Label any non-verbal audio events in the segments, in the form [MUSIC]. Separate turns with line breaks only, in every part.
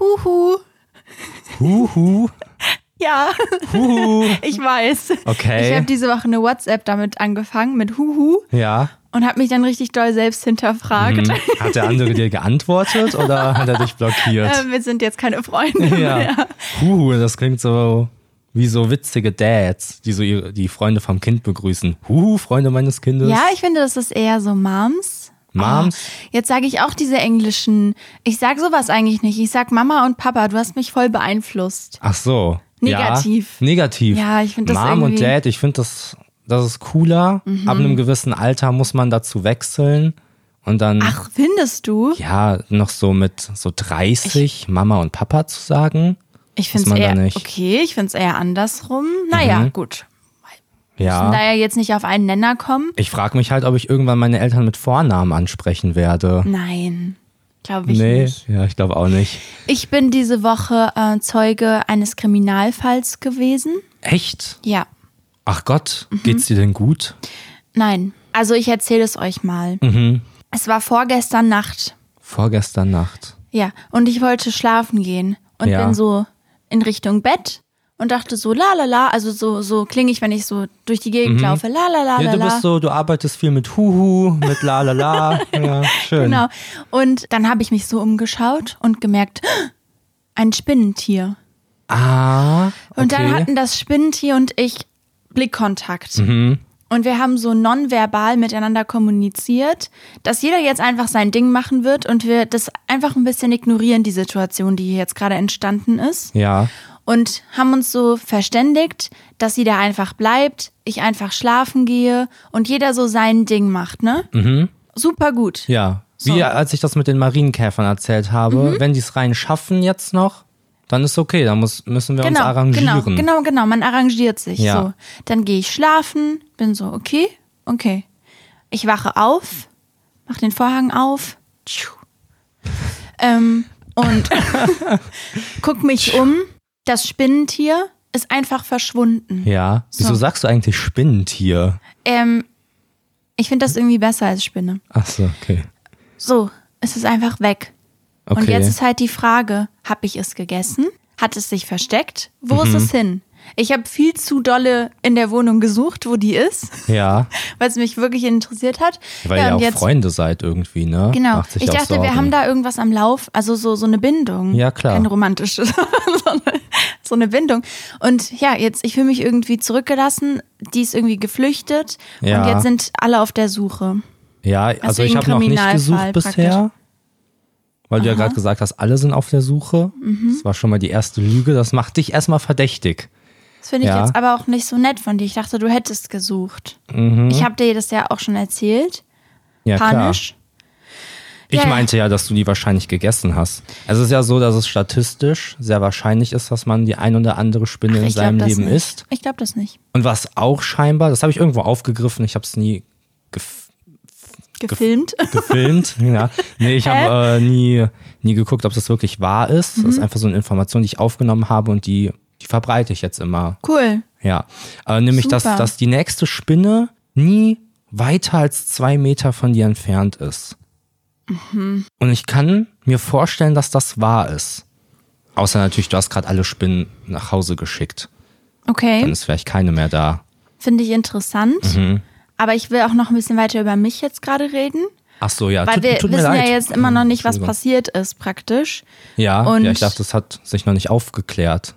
Huhu.
Huhu.
Ja, [LAUGHS]
Huhu.
ich weiß. Ich
Okay.
habe diese Woche eine WhatsApp damit angefangen, mit Huhu,
ja.
und habe mich dann richtig doll selbst hinterfragt.
Hm. Hat der andere dir geantwortet oder hat er dich blockiert?
[LAUGHS] Äh, wir sind jetzt keine Freunde mehr.
ja. Huhu, das klingt so wie so witzige Dads, die so ihre, die Freunde vom Kind begrüßen. Huhu, Freunde meines Kindes.
Ja, ich finde, das ist eher so Moms.
Moms?
Ah, jetzt sage ich auch diese englischen. Ich sage sowas eigentlich nicht. Ich sag Mama und Papa, du hast mich voll beeinflusst.
Ach so.
Negativ.
Ja, negativ.
Ja, ich find das
Mom und
irgendwie- Mhm.
Dad, ich finde das, das ist cooler. Ab einem gewissen Alter muss man dazu wechseln. Und dann,
Ach, findest du?
ja, noch so mit so 30 Mama und Papa zu sagen.
Ich
muss
finde es
man da
eher
nicht. Mhm.
okay, ich finde es eher andersrum. Naja, gut.
Ja.
Müssen da ja jetzt nicht auf einen Nenner kommen.
Ich frage mich halt, ob ich irgendwann meine Eltern mit Vornamen ansprechen werde.
Nein, glaube ich
nee,
Hm. nicht.
ja, ich glaube auch nicht.
Ich bin diese Woche äh, Zeuge eines Kriminalfalls gewesen.
Echt?
Ja,
Ach Gott,
Mhm.
geht's dir denn gut?
nein. Also ich erzähle es euch mal.
Mhm.
Es war vorgestern Nacht.
Vorgestern Nacht.
Ja, und ich wollte schlafen gehen und
Ja.
bin so in Richtung Bett und dachte so la la la, also so so klinge ich, wenn ich so durch die Gegend laufe, la la la la
Mhm. Ja, du
la.
bist so, du arbeitest viel mit Huhu, mit La
[LAUGHS]
La La. Ja, schön.
genau. Und dann habe ich mich so umgeschaut und gemerkt, [GASPS] ein Spinnentier.
Ah, okay.
Und dann hatten das Spinnentier und ich Blickkontakt. Und wir haben so nonverbal miteinander kommuniziert, dass jeder jetzt einfach sein Ding machen wird und wir das einfach ein bisschen ignorieren, die Situation, die hier jetzt gerade entstanden ist.
ja,
und haben uns so verständigt, dass sie da einfach bleibt, ich einfach schlafen gehe und jeder so sein Ding macht, ne? Mhm. Super gut.
ja.
So. Mhm.
Wie als ich das mit den Marienkäfern erzählt habe, wenn die es rein schaffen jetzt noch, dann ist okay, dann muss, müssen wir uns
Genau, genau,
arrangieren.
genau, genau, man arrangiert sich
Ja.
so. Dann gehe ich schlafen, bin so, okay, okay. Ich wache auf, mach den Vorhang auf, tschu. ähm,
[LAUGHS]
und guck mich um. Das Spinnentier ist einfach verschwunden.
Ja. Wieso sagst du eigentlich Spinnentier?
Ähm, ich finde das irgendwie besser als Spinne.
Ach so, okay.
So, es ist einfach weg.
okay.
Und jetzt ist halt die Frage, habe ich es gegessen? Hat es sich versteckt? Wo
Mhm.
ist es hin? Ich habe viel zu dolle in der Wohnung gesucht, wo die ist, [LAUGHS]
ja.
weil es mich wirklich interessiert hat.
Weil
ja,
ihr
und
auch
jetzt,
Freunde seid irgendwie, ne?
genau.
Macht sich
Ich
auch
dachte, wir
Sorgen.
haben da irgendwas am Lauf, also so, so eine Bindung.
Ja, klar.
Kein romantisches, [LAUGHS] sondern so eine Bindung. Und ja, jetzt, ich fühle mich irgendwie zurückgelassen, die ist irgendwie geflüchtet
Ja.
und jetzt sind alle auf der Suche.
Ja, also
Deswegen
ich habe noch nicht
Kriminalfall
gesucht bisher. Weil du ja gerade gesagt hast, alle sind auf der Suche.
Mhm.
Das war schon mal die erste Lüge. Das macht dich erstmal verdächtig.
Das finde ich
Ja.
jetzt aber auch nicht so nett von dir. Ich dachte, du hättest gesucht. Ich habe dir das ja auch schon erzählt.
Mhm. Ja,
Panisch.
klar. Ich
Ja.
meinte ja, dass du die wahrscheinlich gegessen hast. Es ist ja so, dass es statistisch sehr wahrscheinlich ist, dass man die ein oder andere Spinne in
Ich glaube
seinem
das
Leben
nicht.
isst.
Ich glaube das nicht.
Und was auch scheinbar, das habe ich irgendwo aufgegriffen, ich habe es nie gef
Gefilmt. [LAUGHS]
gefilmt. [LAUGHS] ja. Nee, ich habe äh, nie, nie geguckt, ob das wirklich wahr ist.
Mhm.
Das ist einfach so eine Information, die ich aufgenommen habe und die, die verbreite ich jetzt immer.
cool.
Ja. Äh, nämlich, dass,
Super.
dass die nächste Spinne nie weiter als zwei Meter von dir entfernt ist.
Mhm.
Und ich kann mir vorstellen, dass das wahr ist. Außer natürlich, du hast gerade alle Spinnen nach Hause geschickt. Dann
Okay.
ist Mhm. vielleicht keine mehr da.
Finde ich interessant. Aber ich will auch noch ein bisschen weiter über mich jetzt gerade reden.
Ach so, ja.
Weil
tut,
wir
tut mir
wissen
leid.
ja jetzt immer noch nicht, was
Entschuldigung.
passiert ist, praktisch.
Ja,
Und-
ja, ich dachte, es hat sich noch nicht aufgeklärt.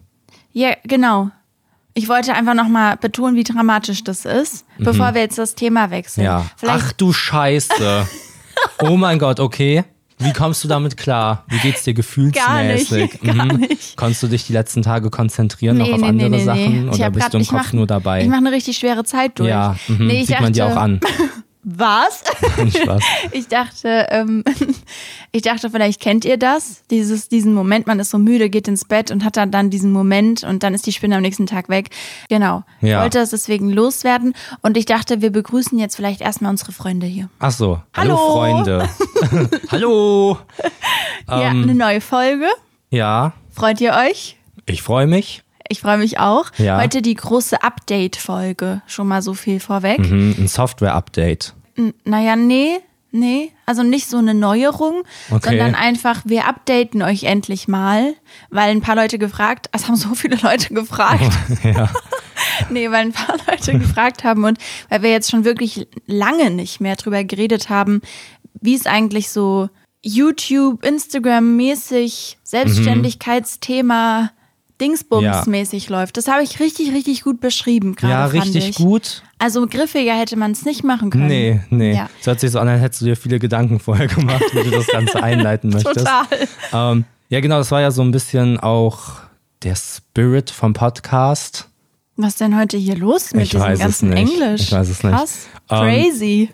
Ja, genau. Ich wollte einfach nochmal betonen, wie dramatisch das ist, bevor wir jetzt das Thema wechseln.
Mhm. Ja.
Vielleicht
Ach du Scheiße. oh mein Gott, okay. Wie kommst du damit klar? Wie geht's
Gar
dir
nicht, [LAUGHS]
gefühlsmäßig?
gar
Mhm.
nicht.
Konntest du dich die letzten Tage konzentrieren noch auf andere Sachen
Ich
oder
hab
bist
grad-
du im
ich
Kopf
mach-
nur
Ich
dabei?
mache eine richtig schwere Zeit durch.
Ja, mhm.
nee, ich
sieht
dachte,
man dir
[LAUGHS]
auch an.
Was? [LAUGHS]
Spaß.
Ich dachte, ähm, [LAUGHS] ich dachte, vielleicht kennt ihr das, dieses, diesen Moment, man ist so müde, geht ins Bett und hat dann, dann diesen Moment und dann ist die Spinne am nächsten Tag weg. Genau. Ich
Ja.
wollte das deswegen loswerden und ich dachte, wir begrüßen jetzt vielleicht erstmal unsere Freunde hier.
Ach so. Hallo,
Hallo. [LAUGHS]
Freunde. Hallo.
ja,
Ähm.
eine neue Folge.
Ja,
Freut ihr euch?
ich freue mich.
Ich freue mich auch.
Ja.
Heute die große Update-Folge. Schon mal so viel vorweg.
Mhm, Ein Hm, Software-Update.
Naja, nee. Nee, also nicht so eine Neuerung,
Okay.
sondern einfach, wir updaten euch endlich mal, weil ein paar Leute gefragt, es haben so viele Leute gefragt.
[LAUGHS] ja.
[LAUGHS] Nee, weil ein paar Leute gefragt haben und weil wir jetzt schon wirklich lange nicht mehr drüber geredet haben, wie es eigentlich so YouTube, Instagram-mäßig, Selbstständigkeitsthema, Dingsbums-mäßig läuft. Das habe ich richtig, richtig gut beschrieben gerade.
ja,
fand
richtig
ich.
gut.
Also griffiger hätte man es nicht machen können.
Nee, nee.
Ja.
Es hört sich so an, als hättest du dir viele Gedanken vorher gemacht, wie du das Ganze
[LAUGHS]
einleiten möchtest.
Total.
Ähm, ja, genau, das war ja so ein bisschen auch der Spirit vom Podcast.
Was denn heute hier los mit
Ich
diesem
weiß es
ganzen
nicht.
Englisch?
Ich weiß es nicht.
Krass.
Ähm,
Crazy.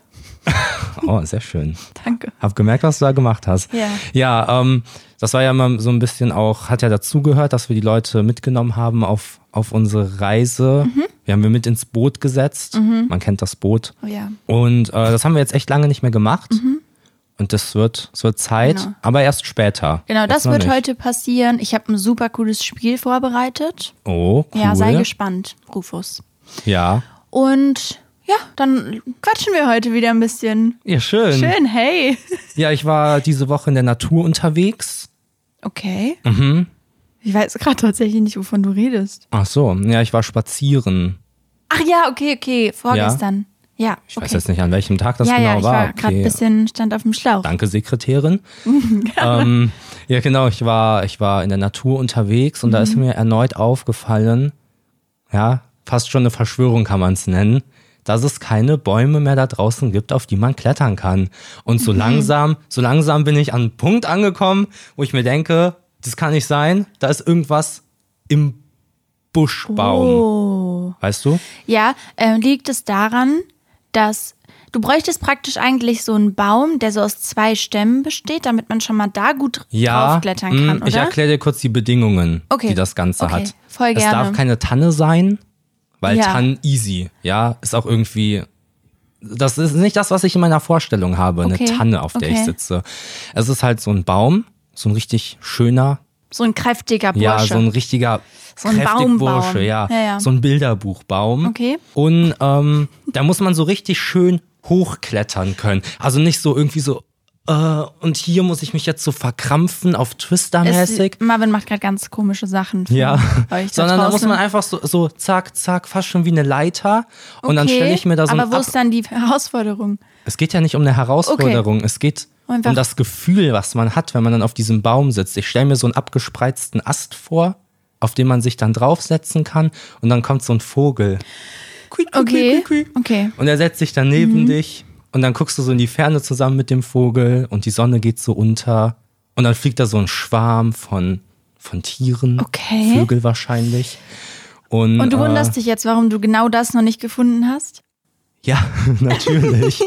Oh, sehr schön.
Danke.
Hab gemerkt, was du da gemacht hast.
Ja.
Ja, ähm, das war ja immer so ein bisschen auch, hat ja dazugehört, dass wir die Leute mitgenommen haben auf, auf unsere Reise.
Mhm.
Wir haben wir mit ins Boot gesetzt. Man kennt das Boot.
Oh ja.
Und äh, das haben wir jetzt echt lange nicht mehr gemacht. Und das wird, es wird Zeit,
Mhm. Genau.
aber erst später.
Genau,
Jetzt
das
noch
wird
nicht.
heute passieren. Ich habe ein super cooles Spiel vorbereitet.
Oh, cool.
Ja, sei gespannt, Rufus.
Ja.
Und ja, dann quatschen wir heute wieder ein bisschen.
Ja, schön.
Schön, hey.
Ja, ich war diese Woche in der Natur unterwegs.
Okay.
Mhm.
Ich weiß gerade tatsächlich nicht, wovon du redest.
Ach so, ja, ich war spazieren.
Ach ja, okay, okay, vorgestern. Ja, okay.
Ich weiß jetzt nicht, an welchem Tag das
ja,
genau
ja, ich
war.
war gerade ein
Okay.
bisschen, stand auf dem Schlauch. [LAUGHS]
Danke, Sekretärin. ähm, ja, genau, ich war, ich war in der Natur unterwegs und da
Mhm.
ist mir erneut aufgefallen, ja, fast schon eine Verschwörung kann man es nennen, dass es keine Bäume mehr da draußen gibt, auf die man klettern kann. Und
Mhm.
so langsam, so langsam bin ich an einen Punkt angekommen, wo ich mir denke, das kann nicht sein, da ist irgendwas im Buschbaum.
Oh.
Weißt du?
Ja, ähm, liegt es daran, dass du bräuchtest praktisch eigentlich so einen Baum, der so aus zwei Stämmen besteht, damit man schon mal da gut
Ja,
draufklettern
mm,
kann,
ich
oder?
erkläre dir kurz die Bedingungen,
Okay.
die das Ganze
Okay,
hat.
voll
Es
gerne.
darf keine Tanne sein, weil
Ja.
Tannen easy, ja, ist auch irgendwie das ist nicht das, was ich in meiner Vorstellung habe,
Okay,
eine Tanne, auf der ich
okay.
sitze. Es ist halt so ein Baum, so ein richtig schöner,
so ein kräftiger Bursche.
ja, so ein richtiger
So ein
kräftig
Baumbaum.
Bursche, ja,
Ja, ja.
so ein Bilderbuchbaum.
Okay.
Und ähm, da muss man so richtig schön hochklettern können. Also nicht so irgendwie so äh, und hier muss ich mich jetzt so verkrampfen auf
Es-
Twister-mäßig.
Marvin macht gerade ganz komische Sachen. für [LAUGHS]
Ja,
euch
sondern da muss
draußen.
man einfach so, so zack, zack, fast schon wie eine Leiter. Und dann
Okay,
stelle ich mir da so ein
Aber wo
Ab-
ist dann die Herausforderung?
Es geht ja nicht um eine Herausforderung, es geht
Einfach-
um das Gefühl, was man hat, wenn man dann auf diesem Baum sitzt. Ich stelle mir so einen abgespreizten Ast vor, auf den man sich dann draufsetzen kann und dann kommt so ein Vogel. Kuik, kuik,
Okay,
kuik, kuik, kuik.
okay. Mhm.
Und er setzt sich dann neben dich und dann guckst du so in die Ferne zusammen mit dem Vogel und die Sonne geht so unter und dann fliegt da so ein Schwarm von, von Tieren,
Okay.
Vögel wahrscheinlich. Und,
Und du
äh,
wunderst dich jetzt, warum du genau das noch nicht gefunden hast?
ja, [LAUGHS] natürlich.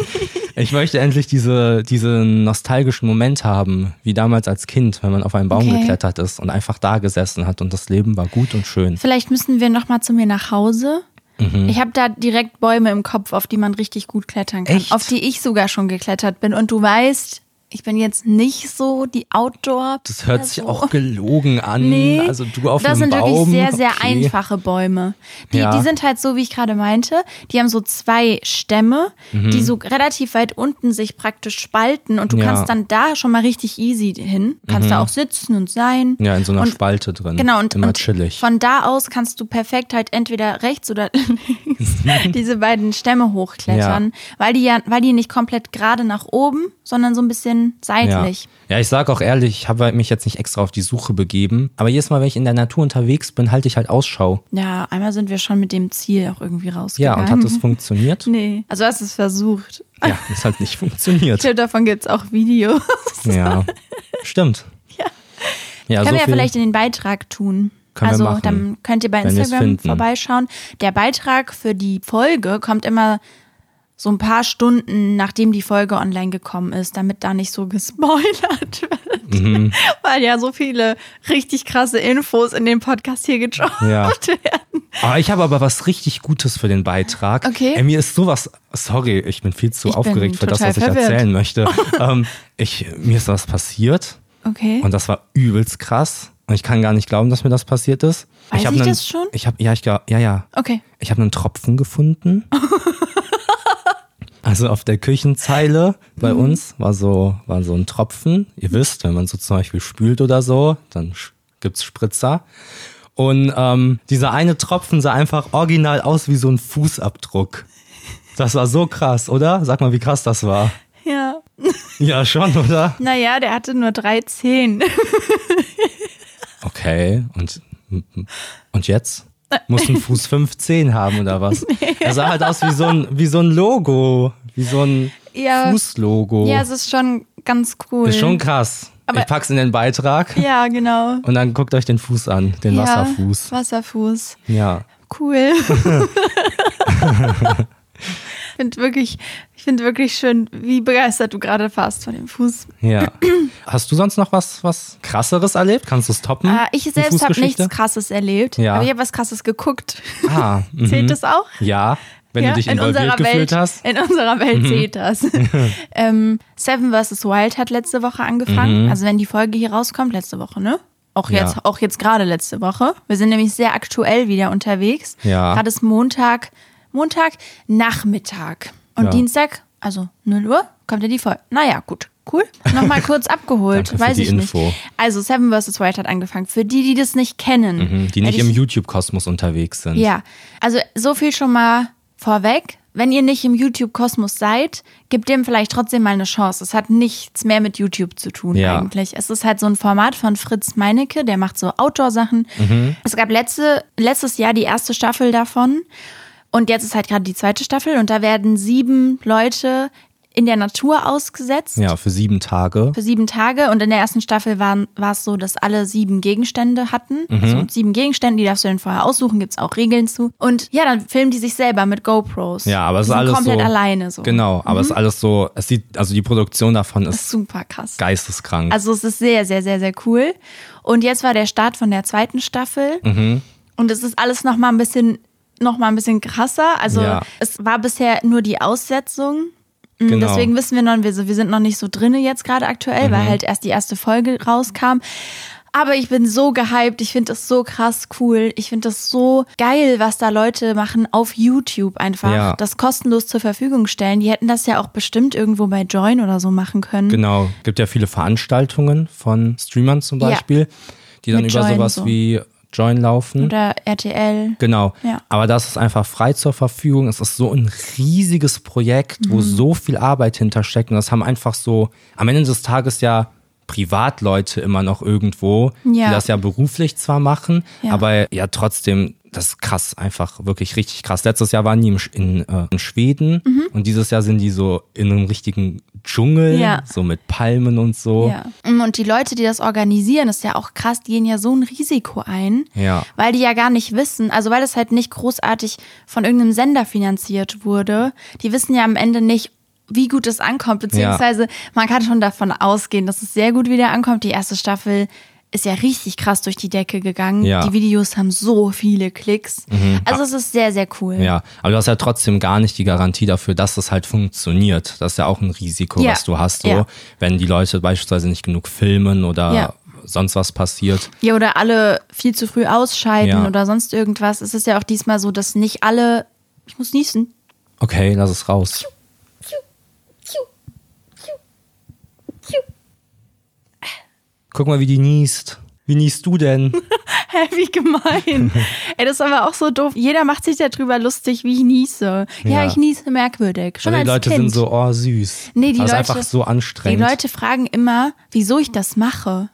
Ich möchte endlich diese, diesen nostalgischen Moment haben, wie damals als Kind, wenn man auf einen Baum
Okay.
geklettert ist und einfach da gesessen hat und das Leben war gut und schön.
Vielleicht müssen wir noch mal zu mir nach Hause.
Mhm.
Ich habe da direkt Bäume im Kopf, auf die man richtig gut klettern kann,
Echt?
auf die ich sogar schon geklettert bin. Und du weißt, ich bin jetzt nicht so die Outdoor.
Das hört sich auch gelogen an.
Also. Nee,
also du auf
das sind
einem Baum.
wirklich sehr, sehr
okay.
einfache Bäume. Die,
Ja.
die sind halt so, wie ich gerade meinte, die haben so zwei Stämme, die so relativ weit unten sich praktisch spalten und du
Mhm. Ja. Mhm.
kannst dann da schon mal richtig easy hin. Kannst da auch sitzen und sein.
Ja, in so einer
und,
Spalte drin.
Genau, und,
Hm, immer
und
chillig.
von da aus kannst du perfekt halt entweder rechts oder [LAUGHS] links diese beiden Stämme hochklettern, weil, die ja, weil die nicht komplett gerade nach oben, sondern so ein bisschen
ja.
seitlich.
ja, ich sag auch ehrlich, ich habe mich jetzt nicht extra auf die Suche begeben, aber jedes Mal, wenn ich in der Natur unterwegs bin, halte ich halt Ausschau.
Ja, einmal sind wir schon mit dem Ziel auch irgendwie
Ja,
rausgegangen.
und hat es
[LAUGHS]
funktioniert?
Nee, also hast du es versucht. [LAUGHS]
Ja, es hat nicht
Ich
funktioniert.
glaube, davon gibt es auch Videos.
Ja,
[LAUGHS]
stimmt. Ja, Also so
können wir ja
viel.
vielleicht in den Beitrag tun.
Können wir
also
machen,
dann könnt ihr bei
wenn wir's
Instagram
finden.
vorbeischauen. Der Beitrag für die Folge kommt immer so ein paar Stunden, nachdem die Folge online gekommen ist, damit da nicht so gespoilert [LAUGHS] wird.
Mhm.
Weil ja so viele richtig krasse Infos in den Podcast hier gedroppt
Ja.
werden.
Ah, ich habe aber was richtig Gutes für den Beitrag.
Okay.
Ey, mir ist sowas. Sorry, ich bin viel zu
Ich bin
aufgeregt für das,
total
was ich
verwirrt.
erzählen möchte.
[LAUGHS]
ähm, ich, mir ist was passiert
Okay.
und das war übelst krass. Und ich kann gar nicht glauben, dass mir das passiert ist.
Weiß
hab
ich
nen-
das schon?
Ich habe ja, ich glaub- ja, ja.
Okay.
Ich habe einen Tropfen gefunden. Also auf der Küchenzeile bei uns war so, war so ein Tropfen. Ihr wisst, wenn man so zum Beispiel spült oder so, dann sch- gibt's Spritzer. Und ähm, dieser eine Tropfen sah einfach original aus wie so ein Fußabdruck. Das war so krass, oder? Sag mal, wie krass das war.
Ja.
Ja, schon, oder?
Naja, der hatte nur drei Zehen.
Okay, und, und jetzt? Muss ein Fuß 15 haben
[LAUGHS]
oder was? Er sah halt aus wie so ein, wie so ein Logo, wie so ein
Ja.
Fußlogo.
Ja, es ist schon ganz cool.
Oh. Ist schon krass.
Aber-
ich pack's in den Beitrag
ja, genau.
und dann guckt euch den Fuß an, den Wasserfuß.
Ja, Wasserfuß.
Ja. [LAUGHS]
Cool. Ich finde wirklich, ich finde wirklich schön, wie begeistert du gerade warst von dem Fuß.
Ja. Hast du sonst noch was, was krasseres erlebt? Kannst du es toppen?
Ah, ich
Hm? Die
selbst habe [LAUGHS]
Fußgeschichte?
nichts Krasses erlebt,
Ja.
aber ich habe was Krasses geguckt. [LAUGHS]
Ah, mhm.
Zählt das auch?
Ja, wenn
Ja,
du dich
in unserer
involviert gefühlt
Welt,
hast. Mhm.
In unserer Welt zählt das.
[LAUGHS]
ähm, Seven vs. Wild hat letzte Woche angefangen. Also wenn die Folge hier rauskommt, letzte Woche, ne? Auch
Mhm. Ja.
jetzt, auch jetzt gerade letzte Woche. Wir sind nämlich sehr aktuell wieder unterwegs.
Ja.
Gerade ist Montag, Montag, Nachmittag. Und
Ja.
Dienstag, also 0 Uhr, kommt ja die Folge. Naja, gut. Cool. Nochmal kurz
[LAUGHS]
abgeholt.
Danke für
Weiß
die
ich
Info.
nicht. Also Seven vs. Wild hat angefangen. Für die, die das nicht kennen.
Mhm, Die nicht
hätte ich-
im YouTube-Kosmos unterwegs sind.
ja, also so viel schon mal vorweg. Wenn ihr nicht im YouTube-Kosmos seid, gebt dem vielleicht trotzdem mal eine Chance. Es hat nichts mehr mit YouTube zu tun
Ja.
eigentlich. Es ist halt so ein Format von Fritz Meinecke, der macht so Outdoor-Sachen.
Mhm.
Es gab letzte, letztes Jahr die erste Staffel davon und jetzt ist halt gerade die zweite Staffel und da werden sieben Leute in der Natur ausgesetzt
ja, für sieben Tage.
für sieben Tage und in der ersten Staffel waren- war es so, dass alle sieben Gegenstände hatten.
Mhm.
Also mit sieben Gegenständen, die darfst du dann vorher aussuchen, gibt es auch Regeln zu. Und ja, dann filmen die sich selber mit GoPros.
Ja, aber es
Die sind
ist alles
komplett
so.
alleine so. Mhm.
Genau, aber es ist alles so, es sieht, also die Produktion davon ist
Super krass.
geisteskrank.
Also es ist sehr, sehr, sehr, sehr cool. Und jetzt war der Start von der zweiten Staffel.
Mhm.
Und es ist alles nochmal ein bisschen, noch mal ein bisschen krasser. Also
Ja.
es war bisher nur die Aussetzung. Mhm,
Genau.
Deswegen wissen wir noch, wir, so- wir sind noch nicht so drinne jetzt gerade aktuell,
Mhm.
weil halt erst die erste Folge rauskam. Aber ich bin so gehypt, ich finde das so krass cool. Ich finde das so geil, was da Leute machen auf YouTube einfach.
Ja.
Das kostenlos zur Verfügung stellen. Die hätten das ja auch bestimmt irgendwo bei Join oder so machen können.
Genau, gibt ja viele Veranstaltungen von Streamern zum
Ja.
Beispiel, die dann
Mit
über
Join
sowas
so.
wie Join laufen.
Oder RTL.
genau.
Ja.
Aber das ist einfach frei zur Verfügung. Es ist so ein riesiges Projekt,
Mhm.
wo so viel Arbeit hintersteckt. Und das haben einfach so am Ende des Tages ja Privatleute immer noch irgendwo,
Ja.
die das ja beruflich zwar machen,
Ja.
aber ja trotzdem. Das ist krass, einfach wirklich richtig krass. Letztes Jahr waren die im Sch- in, äh, in Schweden
Mhm.
und dieses Jahr sind die so in einem richtigen Dschungel,
Ja.
so mit Palmen und so.
Ja. Mm, Und die Leute, die das organisieren, ist ja auch krass, die gehen ja so ein Risiko ein,
Ja.
weil die ja gar nicht wissen, also weil das halt nicht großartig von irgendeinem Sender finanziert wurde, die wissen ja am Ende nicht, wie gut es ankommt, beziehungsweise man kann schon davon ausgehen, dass es sehr gut wieder ankommt. Die erste Staffel ist ja richtig krass durch die Decke gegangen.
Ja. Mhm.
Die Videos haben so viele Klicks. Also es ist sehr, sehr cool.
Ja, aber du hast ja trotzdem gar nicht die Garantie dafür, dass das halt funktioniert. Das ist ja auch ein Risiko,
Ja.
was du hast, so,
Ja.
wenn die Leute beispielsweise nicht genug filmen oder
Ja.
sonst was passiert.
Ja, oder alle viel zu früh ausscheiden
Ja.
oder sonst irgendwas. Es ist ja auch diesmal so, dass nicht alle. Ich muss niesen.
Okay, lass es raus. Guck mal, wie die niest. Wie niest du denn?
Hä, wie
[LAUGHS]
gemein. Ey, das ist aber auch so doof. Jeder macht sich darüber lustig, wie ich niese. Ja,
Ja.
ich niese merkwürdig. [LAUGHS] Schon
Aber die
als
Leute
kind.
sind so, oh, süß.
Nee, die
das
Leute-
ist einfach so
Die
anstrengend.
Leute fragen immer, wieso ich das
[LAUGHS]
mache.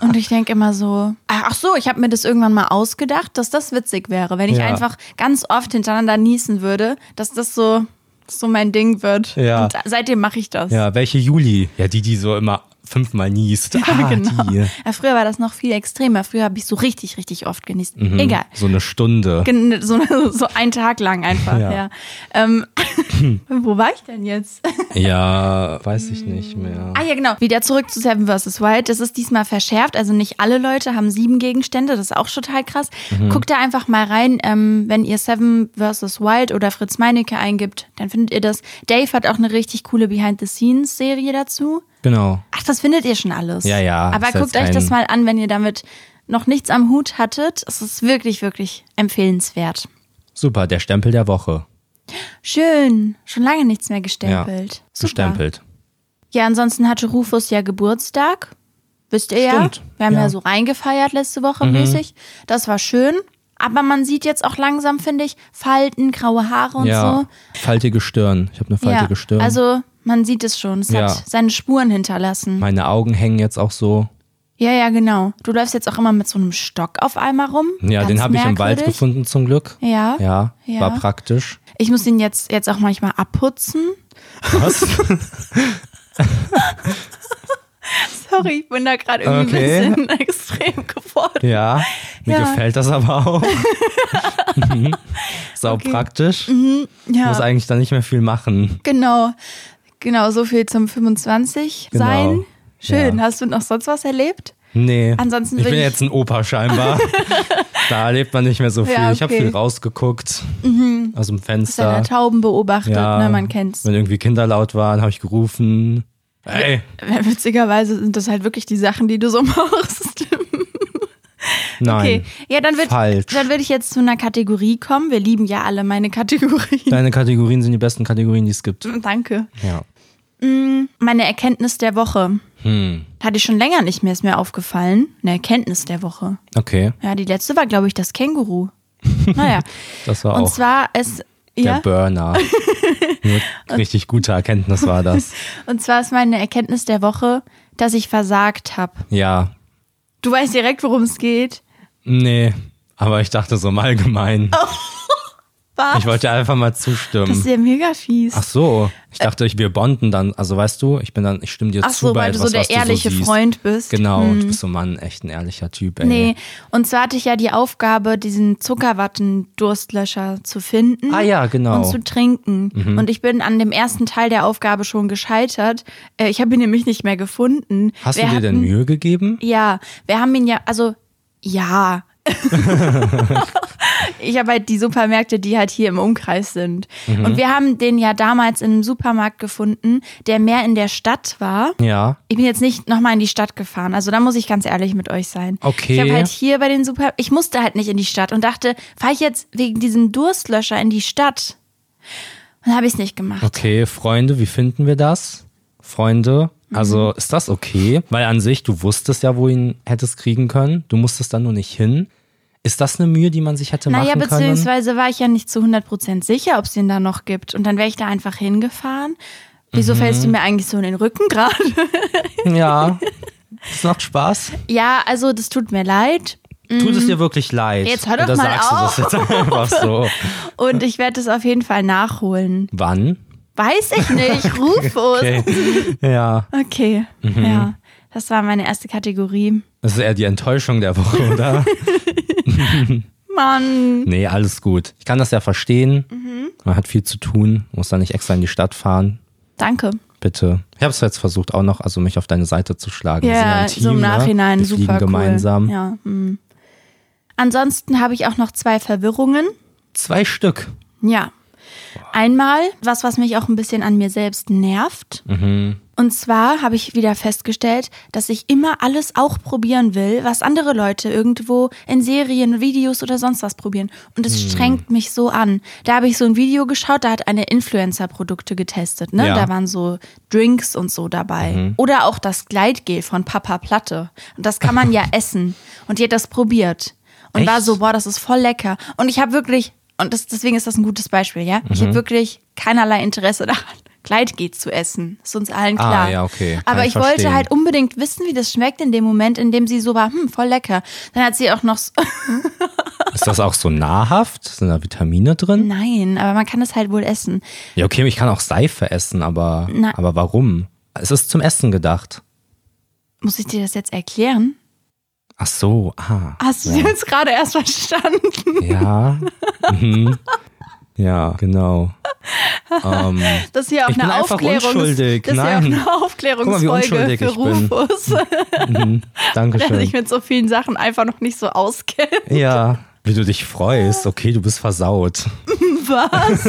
Und ich denke immer so, ah, ach so, ich habe mir das irgendwann mal ausgedacht, dass das witzig wäre, wenn ich
Ja.
einfach ganz oft hintereinander niesen würde, dass das so, so mein Ding wird.
Ja.
Und seitdem mache ich das. [LAUGHS]
ja, welche Juli? Ja, die, die so immer fünfmal niest. ah, die.
Genau. Ja, früher war das noch viel extremer. Früher habe ich so richtig, richtig oft genießt.
Mhm.
Egal.
So eine Stunde.
Gen- So, [LAUGHS] so einen Tag lang einfach, ja.
Ja.
Ähm, [LAUGHS] wo war ich denn jetzt?
Ja, weiß ich nicht mehr.
Ah ja, genau. Wieder zurück zu Seven vs. Wild. Das ist diesmal verschärft. Also nicht alle Leute haben sieben Gegenstände. Das ist auch total krass.
Mhm.
Guckt da einfach mal rein. Ähm, wenn ihr Seven vs. Wild oder Fritz Meinecke eingibt, dann findet ihr das. Dave hat auch eine richtig coole Behind-the-Scenes-Serie dazu.
Genau.
Ach, das findet ihr schon alles.
Ja, ja,
Aber
ist jetzt
guckt euch
kein-
das mal an, wenn ihr damit noch nichts am Hut hattet. Es ist wirklich, wirklich empfehlenswert.
Super, der Stempel der Woche.
Schön. Schon lange nichts mehr gestempelt.
Ja,
Super.
gestempelt.
Ja, ansonsten hatte Rufus ja Geburtstag. Wisst ihr
Stimmt,
ja. Wir haben ja.
ja. Mhm.
so reingefeiert letzte Woche mäßig. Das war schön. Aber man sieht jetzt auch langsam, finde ich, Falten, graue Haare und
Ja.
so.
Faltige Stirn. Ich habe eine faltige
Ja,
Stirn.
also man sieht es schon. Es
Ja.
hat seine Spuren hinterlassen.
Meine Augen hängen jetzt auch so.
Ja, ja, genau. Du läufst jetzt auch immer mit so einem Stock auf einmal rum.
Ja,
Ganz
den habe ich im Wald
merkwürdig.
gefunden zum Glück.
Ja.
Ja,
Ja.
war praktisch.
Ich muss den jetzt, jetzt auch manchmal abputzen.
Was?
[LAUGHS] Sorry, ich bin da gerade irgendwie
Okay.
ein bisschen [LAUGHS] extrem geworden.
ja, mir
Ja.
gefällt das
[LAUGHS]
aber auch. Mhm. Sau praktisch. Muss
Ja,
eigentlich dann nicht mehr viel machen.
genau. Genau, so viel zum 25
Genau.
sein. Schön.
Ja.
Hast du noch sonst was erlebt?
Nee.
Ansonsten
ich
würd
bin
ich-
jetzt ein Opa
[LAUGHS]
scheinbar. da erlebt man nicht mehr so viel.
Ja,
Ich habe
okay. Mhm.
viel rausgeguckt aus dem
Hast deine
Fenster.
Tauben beobachtet, ne? Man kennt's.
Wenn irgendwie Kinder laut waren, habe ich gerufen. Ey,
Witzigerweise sind das halt wirklich die Sachen, die du so [LAUGHS] machst.
nein.
Okay. Ja, dann wird,
Falsch.
dann würde ich jetzt zu einer Kategorie kommen. Wir lieben ja alle meine Kategorien.
Deine Kategorien sind die besten Kategorien, die es gibt.
[LAUGHS] Danke.
Ja.
Meine Erkenntnis der Woche.
Hm.
Hatte ich schon länger nicht mehr, ist mir aufgefallen. Eine Erkenntnis der Woche.
Okay,
Ja, die letzte war, glaube ich, das
[LAUGHS]
Känguru. Naja.
das war
Und
auch
zwar ist,
der
ja, [LAUGHS]
Burner. Eine richtig gute Erkenntnis war das.
und zwar ist meine Erkenntnis der Woche, dass ich versagt habe.
Ja,
Du weißt direkt, worum es geht.
nee, aber ich dachte so im Allgemeinen.
Was?
Ich wollte einfach mal
Oh. das ist
zustimmen.
ja mega fies.
Ach so, ich dachte, ich, wir bonden dann. Also weißt du, ich bin dann, ich stimme dir
Ach
zu
so,
bei
weil du
etwas,
so der
was
ehrliche
du so siehst.
Freund bist. Mhm.
Genau, du bist so Mann, echt ein ehrlicher Typ. Ey.
Nee, und zwar hatte ich ja die Aufgabe, diesen Zuckerwatten-Durstlöscher zu finden.
Ah ja, genau.
Und zu trinken.
Mhm.
Und ich bin an dem ersten Teil der Aufgabe schon gescheitert. Äh, Ich habe ihn nämlich nicht mehr gefunden.
Hast
Wir
du dir denn
hatten-
Mühe gegeben?
Ja, wir haben ihn ja, also
[LAUGHS]
ja. ich habe halt die Supermärkte, die halt hier im Umkreis sind.
Mhm.
Und wir haben den ja damals in einem Supermarkt gefunden, der mehr in der Stadt war.
Ja.
Ich bin jetzt nicht nochmal in die Stadt gefahren. Also da muss ich ganz ehrlich mit euch sein.
Okay.
Ich habe halt hier bei den Super. Ich musste halt nicht in die Stadt und dachte, fahre ich jetzt wegen diesem Durstlöscher in die Stadt? Und dann habe ich es nicht gemacht.
Okay, Freunde, wie finden wir das? Freunde,
Mhm.
also ist das okay? Weil an sich, du wusstest ja, wo ihn hättest kriegen können. Du musstest dann nur nicht hin. Ist das eine Mühe, die man sich hätte
Naja,
machen können?
beziehungsweise war ich ja nicht zu 100% sicher, ob es den da noch gibt. Und dann wäre ich da einfach hingefahren.
Mhm.
Wieso fällst du mir eigentlich so in den Rücken [LAUGHS] gerade?
Ja. Das macht Spaß.
ja, also das tut mir leid.
Tut es dir wirklich leid?
Mhm. Jetzt hör doch
Oder
mal
sagst
auf.
du das jetzt einfach so?
Und ich werde es auf jeden Fall nachholen.
Wann?
Weiß ich
[LAUGHS]
nicht. Rufus. Okay,
Okay. Mhm. Ja.
ja. Das war meine erste Kategorie.
Das ist eher die Enttäuschung der Woche,
[LAUGHS]
oder?
Mann.
nee, alles gut. Ich kann das ja verstehen.
Mhm.
Man hat viel zu tun, muss da nicht extra in die Stadt fahren.
Danke.
Bitte. Ich habe es jetzt versucht auch noch, also mich auf deine Seite zu schlagen. Wir sind
Ja,
ein
so im
Team, ne?
Nachhinein
Wir
super
fliegen
cool.
gemeinsam.
Ja, mm. Ansonsten habe ich auch noch zwei Verwirrungen.
Zwei Stück.
Ja. Einmal was, was mich auch ein bisschen an mir selbst nervt. Und zwar habe ich wieder festgestellt, dass ich immer alles auch probieren will, was andere Leute irgendwo in Serien, Videos oder sonst was probieren. Und es strengt mich so an. Da habe ich so ein Video geschaut, da hat eine Influencer-Produkte getestet. Ne?
Ja.
Da waren so Drinks und so dabei. Oder auch das Gleitgel von Papa Platte. Und das kann man ja essen. Und die hat das probiert. Und war
Echt?
so, boah, das ist voll lecker. Und ich habe wirklich, und das, deswegen ist das ein gutes Beispiel, ja? Ich
Mhm.
habe wirklich keinerlei Interesse [LAUGHS] daran, Gleitgel zu essen. Ist uns allen
Ah,
klar.
ja, okay. Kann
Aber
ich
ich wollte
verstehen.
halt unbedingt wissen, wie das schmeckt in dem Moment, in dem sie so war, hm, voll lecker. Dann hat sie auch noch, s-
Ist das auch so nahrhaft? Sind da Vitamine
Mhm. [LAUGHS]
drin?
nein, aber man kann es halt wohl essen.
Ja, okay, ich kann auch Seife essen, aber,
Na-
aber warum? Es ist zum Essen gedacht.
Muss ich dir das jetzt erklären?
Ach so, ah.
Hast du es jetzt gerade erst verstanden? [LAUGHS]
Ja. mhm. Ja, genau. Ähm,
Das ist hier auch
Ich
eine
bin einfach
Aufklärungs-
unschuldig.
Das ist hier auch
Nein.
eine
Guck mal, wie
Aufklärungsfolge
unschuldig
für
ich bin.
Rufus, [LAUGHS] der sich
Dankeschön.
mit so vielen Sachen einfach noch nicht so auskennt.
Ja. Wie du dich freust. Okay, du bist versaut.
Was?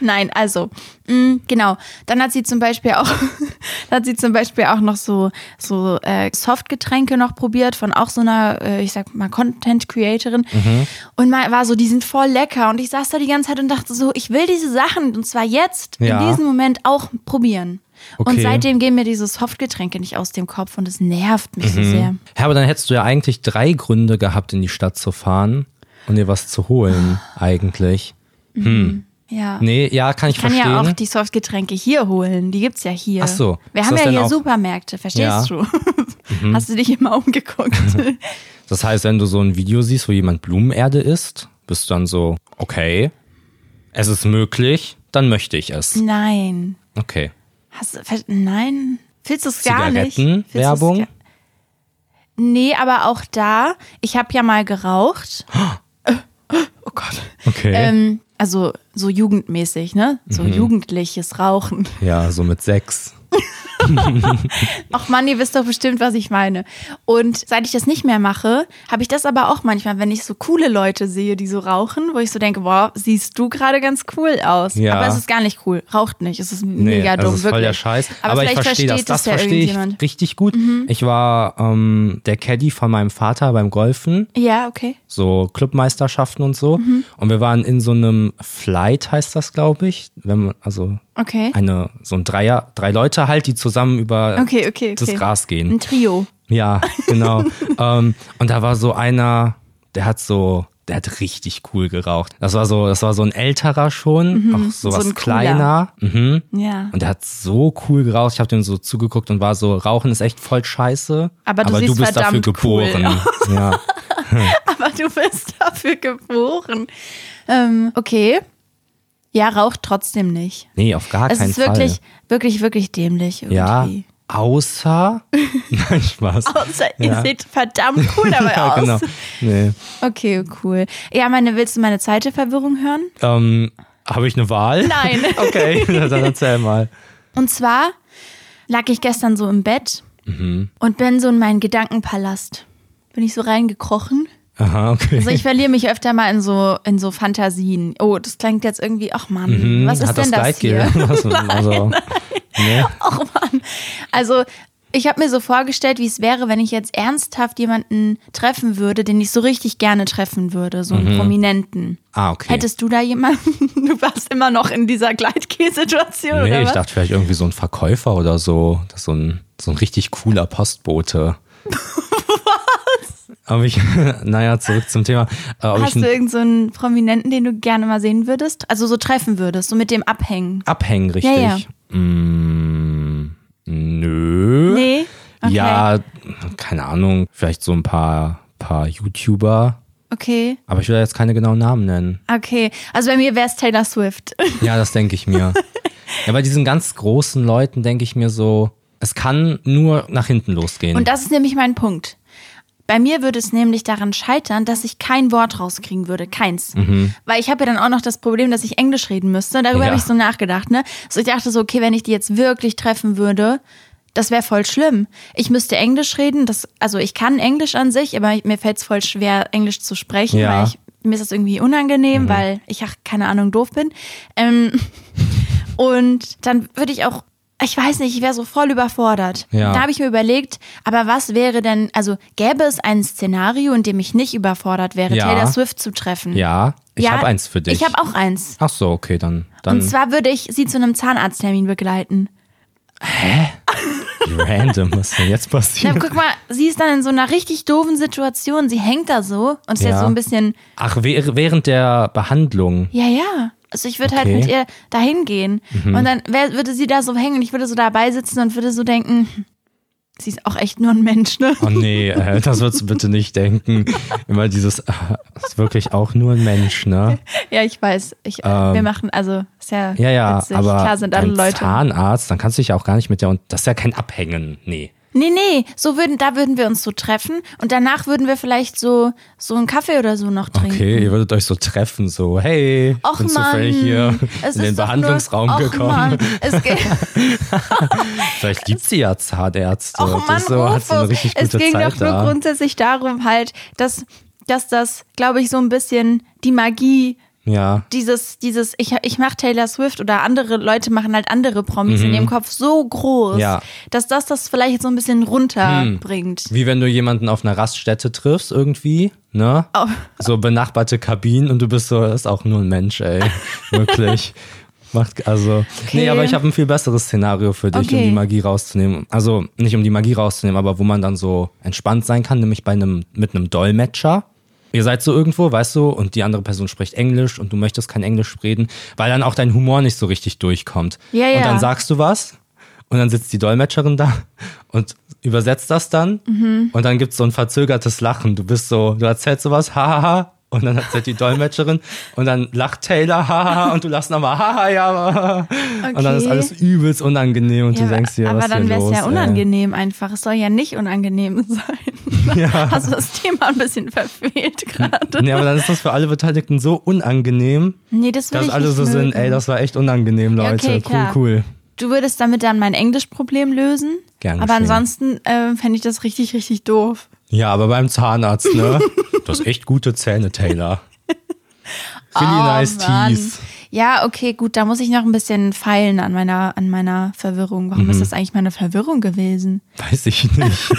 Nein, also, mh, genau. Dann hat sie zum Beispiel auch, [LAUGHS] dann hat sie zum Beispiel auch noch so, so äh, Softgetränke noch probiert von auch so einer, äh, ich sag mal, Content-Creatorin.
Mhm.
Und mal war so, die sind voll lecker. Und ich saß da die ganze Zeit und dachte so, ich will diese Sachen und zwar jetzt,
Ja.
in diesem Moment auch probieren.
Okay.
Und seitdem gehen mir diese Softgetränke nicht aus dem Kopf und es nervt mich so
Mhm.
sehr.
Ja, aber dann hättest du ja eigentlich drei Gründe gehabt, in die Stadt zu fahren und dir was
[GASPS]
zu holen, eigentlich.
Ja.
Nee, ja, kann ich
Ich kann
verstehen.
ja auch die Softgetränke hier holen. Die gibt's ja hier.
Ach so.
Wir
Ist
haben
das
ja
denn
hier
auch-
Supermärkte, verstehst
Ja. Mhm.
du? [LAUGHS] Hast du dich immer
[LAUGHS]
umgeguckt?
das heißt, wenn du so ein Video siehst, wo jemand Blumenerde isst, bist du dann so, okay, es ist möglich, dann möchte ich es.
Nein.
Okay.
Hast du, ver- nein. Willst du es gar nicht? Willst du's
Zigarettenwerbung?
gar- Nee, aber auch da, ich habe ja mal geraucht.
[GASPS]
Oh Gott.
Okay.
Ähm, also so jugendmäßig, ne? So
Mhm.
jugendliches Rauchen.
ja, so mit sechs.
Ach Mann, ihr wisst doch bestimmt, was ich meine. Und seit ich das nicht mehr mache, habe ich das aber auch manchmal, wenn ich so coole Leute sehe, die so rauchen, wo ich so denke, boah, siehst du gerade ganz cool aus.
Ja.
Aber es ist gar nicht cool. Raucht nicht. Es ist
Nee,
mega dumm,
das ist
wirklich.
voll der Scheiß.
Aber,
Aber, ich
vielleicht
verstehe das.
versteht
Das
es ja
verstehe ich
irgendjemand. Mhm.
richtig gut. Ich war ähm, der Caddy von meinem Vater beim Golfen,
Ja, okay.
so Clubmeisterschaften und so.
Mhm.
Und wir waren in so einem Flight, heißt das, glaube ich. Wenn man, also
Okay.
eine, so ein Dreier, drei Leute halt, die zusammen über
Okay, okay, okay.
das Gras gehen.
Ein Trio.
Ja,
[LAUGHS]
genau. ähm, und da war so einer, der hat so, der hat richtig cool geraucht. Das war so, das war so ein älterer schon, auch
Mhm,
sowas
so ein cooler.
kleiner. Mhm.
Ja.
Und der hat so cool geraucht. Ich habe dem so zugeguckt und war so, Rauchen ist echt voll scheiße.
Aber du siehst
bist dafür
verdammt cool
geboren. Ja.
[LAUGHS] Aber du bist dafür geboren. Ähm, okay. Ja, raucht trotzdem nicht.
Nee, auf gar
Es
keinen
ist wirklich,
Fall.
wirklich, wirklich dämlich irgendwie. [LAUGHS]
Ja. Außer. [LAUGHS] Nein, Spaß.
Außer ihr
Ja.
seht verdammt cool dabei
[LAUGHS] ja,
aus.
genau. Nee.
Okay, cool. Ja, meine, willst du meine zweite Verwirrung hören?
Ähm, habe ich eine Wahl?
Nein.
Okay, [LAUGHS] dann erzähl mal.
[LAUGHS] Und zwar lag ich gestern so im Bett
Mhm.
und bin so in meinen Gedankenpalast. Bin ich so reingekrochen.
Aha, okay.
Also ich verliere mich öfter mal in so, in so Fantasien. Oh, das klingt jetzt irgendwie, ach Mann, was ist
Hm, Mhm. Hat
denn
das
das
Guide
hier?
[LAUGHS] gegeben?
[LAUGHS]
Also, also, nee.
Och Mann. Also ich habe mir so vorgestellt, wie es wäre, wenn ich jetzt ernsthaft jemanden treffen würde, den ich so richtig gerne treffen würde, so
Mhm.
einen Prominenten.
Ah, okay.
Hättest du da jemanden? [LAUGHS] Du warst immer noch in dieser Gleitgel-Situation,
nee,
oder
ich
was?
dachte vielleicht irgendwie so ein Verkäufer oder so. Das ist so ein, so ein richtig
[LAUGHS]
cooler Postbote. Was? Aber ich, [LAUGHS] naja, zurück zum Thema. Äh, Ob ich
Hast du
einen
irgendeinen so einen Prominenten, den du gerne mal sehen würdest? Also so treffen würdest, so mit dem abhängen?
abhängen, richtig?
Ja,
Mm, nö.
Nee? Okay.
Ja, keine Ahnung. Vielleicht so ein paar, paar YouTuber.
Okay,
Aber ich will da jetzt keine genauen Namen nennen.
okay. Also bei mir wäre es Taylor Swift.
Ja, das denke
[LAUGHS]
ich mir. ja, bei diesen ganz großen Leuten denke ich mir so, es kann nur nach hinten losgehen.
Und das ist nämlich mein Punkt. Bei mir würde es nämlich daran scheitern, dass ich kein Wort rauskriegen würde. Keins. Weil ich habe ja dann auch noch das Problem, dass ich Englisch reden müsste. Darüber
Mhm. Ja.
habe ich so nachgedacht. Ne? So ich dachte so, okay, wenn ich die jetzt wirklich treffen würde, das wäre voll schlimm. Ich müsste Englisch reden. Das, also ich kann Englisch an sich, aber mir fällt es voll schwer, Englisch zu sprechen,
Ja. Mhm.
weil ich, mir ist das irgendwie unangenehm, weil ich, ach, keine Ahnung, doof bin. Ähm, und dann würde ich auch, ich weiß nicht, ich wäre so voll überfordert.
Ja.
Da habe ich mir überlegt, aber was wäre denn, also gäbe es ein Szenario, in dem ich nicht überfordert wäre,
Ja.
Taylor Swift zu treffen?
ja, ich
Ja,
habe eins für dich.
Ich habe auch eins.
Ach so, okay, dann,
Und
dann
zwar würde ich sie zu einem Zahnarzttermin begleiten.
random, was ist denn jetzt
Na,
passiert?
guck mal, sie ist dann in so einer richtig doofen Situation. Sie hängt da so und ist
Ja.
jetzt so ein bisschen,
Ach, wäh- während der Behandlung.
ja, ja. Also ich würde halt
Okay. Mhm.
mit ihr dahin gehen. Und dann wär, würde sie da so hängen und ich würde so dabei sitzen und würde so denken, hm, sie ist auch echt nur ein Mensch, ne?
Oh nee, äh, das würdest du bitte nicht denken. Immer dieses, äh, ist wirklich auch nur ein Mensch, ne?
[LAUGHS] Ja, ich weiß. Ich, äh, wir machen, also, ist ja,
Ähm, Ja, ja,
witzig.
aber
Klar sind alle
beim
Leute.
Zahnarzt, dann kannst du dich ja auch gar nicht mit der, und das ist ja kein Abhängen, nee.
Nee, nee, so würden, da würden wir uns so treffen und danach würden wir vielleicht so, so einen Kaffee oder so noch trinken.
Okay, ihr würdet euch so treffen, so, hey,
Och
bin
Mann,
zufällig hier
es ist
in den
doch
Behandlungsraum
nur, Och
gekommen.
Mann,
[LAUGHS]
es geht,
Vielleicht gibt sie ja Zahnärzte.
och Mann,
das ist so, hat so eine
Rufus,
richtig
es
gute
ging
Zeit
doch nur
da.
grundsätzlich darum halt, dass, dass das, glaube ich, so ein bisschen die Magie
Ja.
Dieses, dieses, ich, ich mache Taylor Swift oder andere Leute machen halt andere Promis in ihrem Kopf so groß,
Mhm. Ja. Hm.
dass das das vielleicht so ein bisschen runterbringt.
Wie wenn du jemanden auf einer Raststätte triffst, irgendwie, ne?
Oh.
So benachbarte Kabinen und du bist so, das ist auch nur ein
[LAUGHS]
Mensch, ey. Wirklich. Macht, also. Nee, aber ich habe ein viel besseres Szenario für dich, um
Okay.
die Magie rauszunehmen. Also, nicht um die Magie rauszunehmen, aber wo man dann so entspannt sein kann, nämlich bei einem, mit einem Dolmetscher. Ihr seid so irgendwo, weißt du, und die andere Person spricht Englisch und du möchtest kein Englisch reden, weil dann auch dein Humor nicht so richtig durchkommt.
Ja, ja.
Und dann sagst du was und dann sitzt die Dolmetscherin da und übersetzt das dann.
Mhm.
Und dann gibt's so ein verzögertes Lachen. Du bist so, du erzählst sowas, hahaha. Und dann erzählt die Dolmetscherin und dann lacht Taylor, hahaha. Und du lachst nochmal, haha, ja. haha. Und dann ist
Okay.
alles übelst unangenehm und
Ja,
du denkst dir,
aber
was
dann
ist hier
wäre es
los?
ja
ey?
unangenehm einfach. Es soll ja nicht unangenehm [LAUGHS]
[LAUGHS]
sein. Hast du das Thema ein bisschen verfehlt gerade?
Nee, aber dann ist das für alle Beteiligten so unangenehm,
Nee, das will
Hm. dass
ich
alle
nicht
so sind,
mögen.
ey, das war echt unangenehm,
Ja,
Leute.
okay,
cool,
klar.
cool.
Du würdest damit dann mein Englischproblem lösen.
Gern
aber
geschehen.
ansonsten äh, fände ich das richtig, richtig doof.
Ja, aber beim Zahnarzt,
[LAUGHS]
ne? Du hast echt gute Zähne, Taylor. Really nice
Oh, Mann.
teeth.
Ja, okay, gut, da muss ich noch ein bisschen feilen an meiner, an meiner Verwirrung. Warum
Mhm.
ist das eigentlich meine Verwirrung gewesen?
Weiß ich
[LAUGHS]
nicht.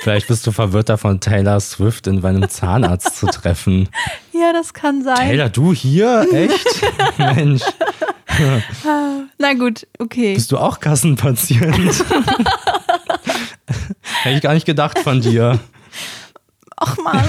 Vielleicht bist du verwirrt davon, Taylor Swift in meinem Zahnarzt zu treffen.
Ja, das kann sein.
Taylor, du hier? Echt?
[LAUGHS]
Mensch,
Na gut, okay.
bist du auch
[LAUGHS]
Kassenpatient? Hätte ich gar nicht gedacht von dir.
Ach man.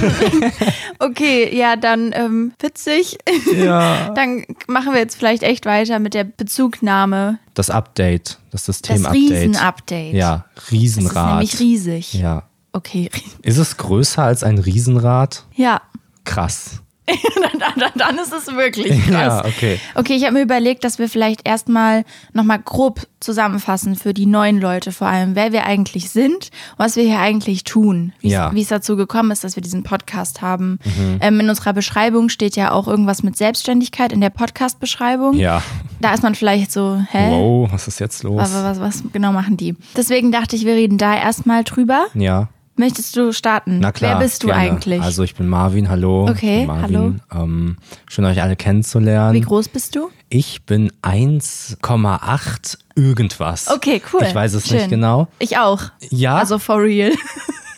[LAUGHS] okay, ja, dann ähm, witzig.
Ja.
Dann machen wir jetzt vielleicht echt weiter mit der Bezugnahme.
Das Update, das
Das
Systemupdate.
Riesenupdate.
Ja,
Das ist
Riesenrad.
nämlich riesig.
ja.
Okay.
Ist es größer als ein Riesenrad?
Ja. [LAUGHS]
Krass.
dann, dann, dann ist es wirklich krass.
Ja, okay.
Okay, ich habe mir überlegt, dass wir vielleicht erstmal nochmal grob zusammenfassen für die neuen Leute vor allem, wer wir eigentlich sind, was wir hier eigentlich tun, wie
Ja. Mhm.
es dazu gekommen ist, dass wir diesen Podcast haben. Ähm, in unserer Beschreibung steht ja auch irgendwas mit Selbstständigkeit in der Podcast-Beschreibung.
Ja.
Da ist man vielleicht so, hä?
Wow, was ist jetzt los?
Aber was, was genau machen die? Deswegen dachte ich, wir reden da erstmal drüber.
ja.
Möchtest du starten?
Na klar.
Wer bist du
gerne.
eigentlich?
Also ich bin Marvin, hallo.
Okay,
ich bin Marvin. hallo. Ähm, schön euch alle kennenzulernen.
wie groß bist du?
Ich bin 1,8 irgendwas.
Okay, cool.
Ich weiß es
Schön.
nicht genau.
Ich auch.
Ja,
Also for real.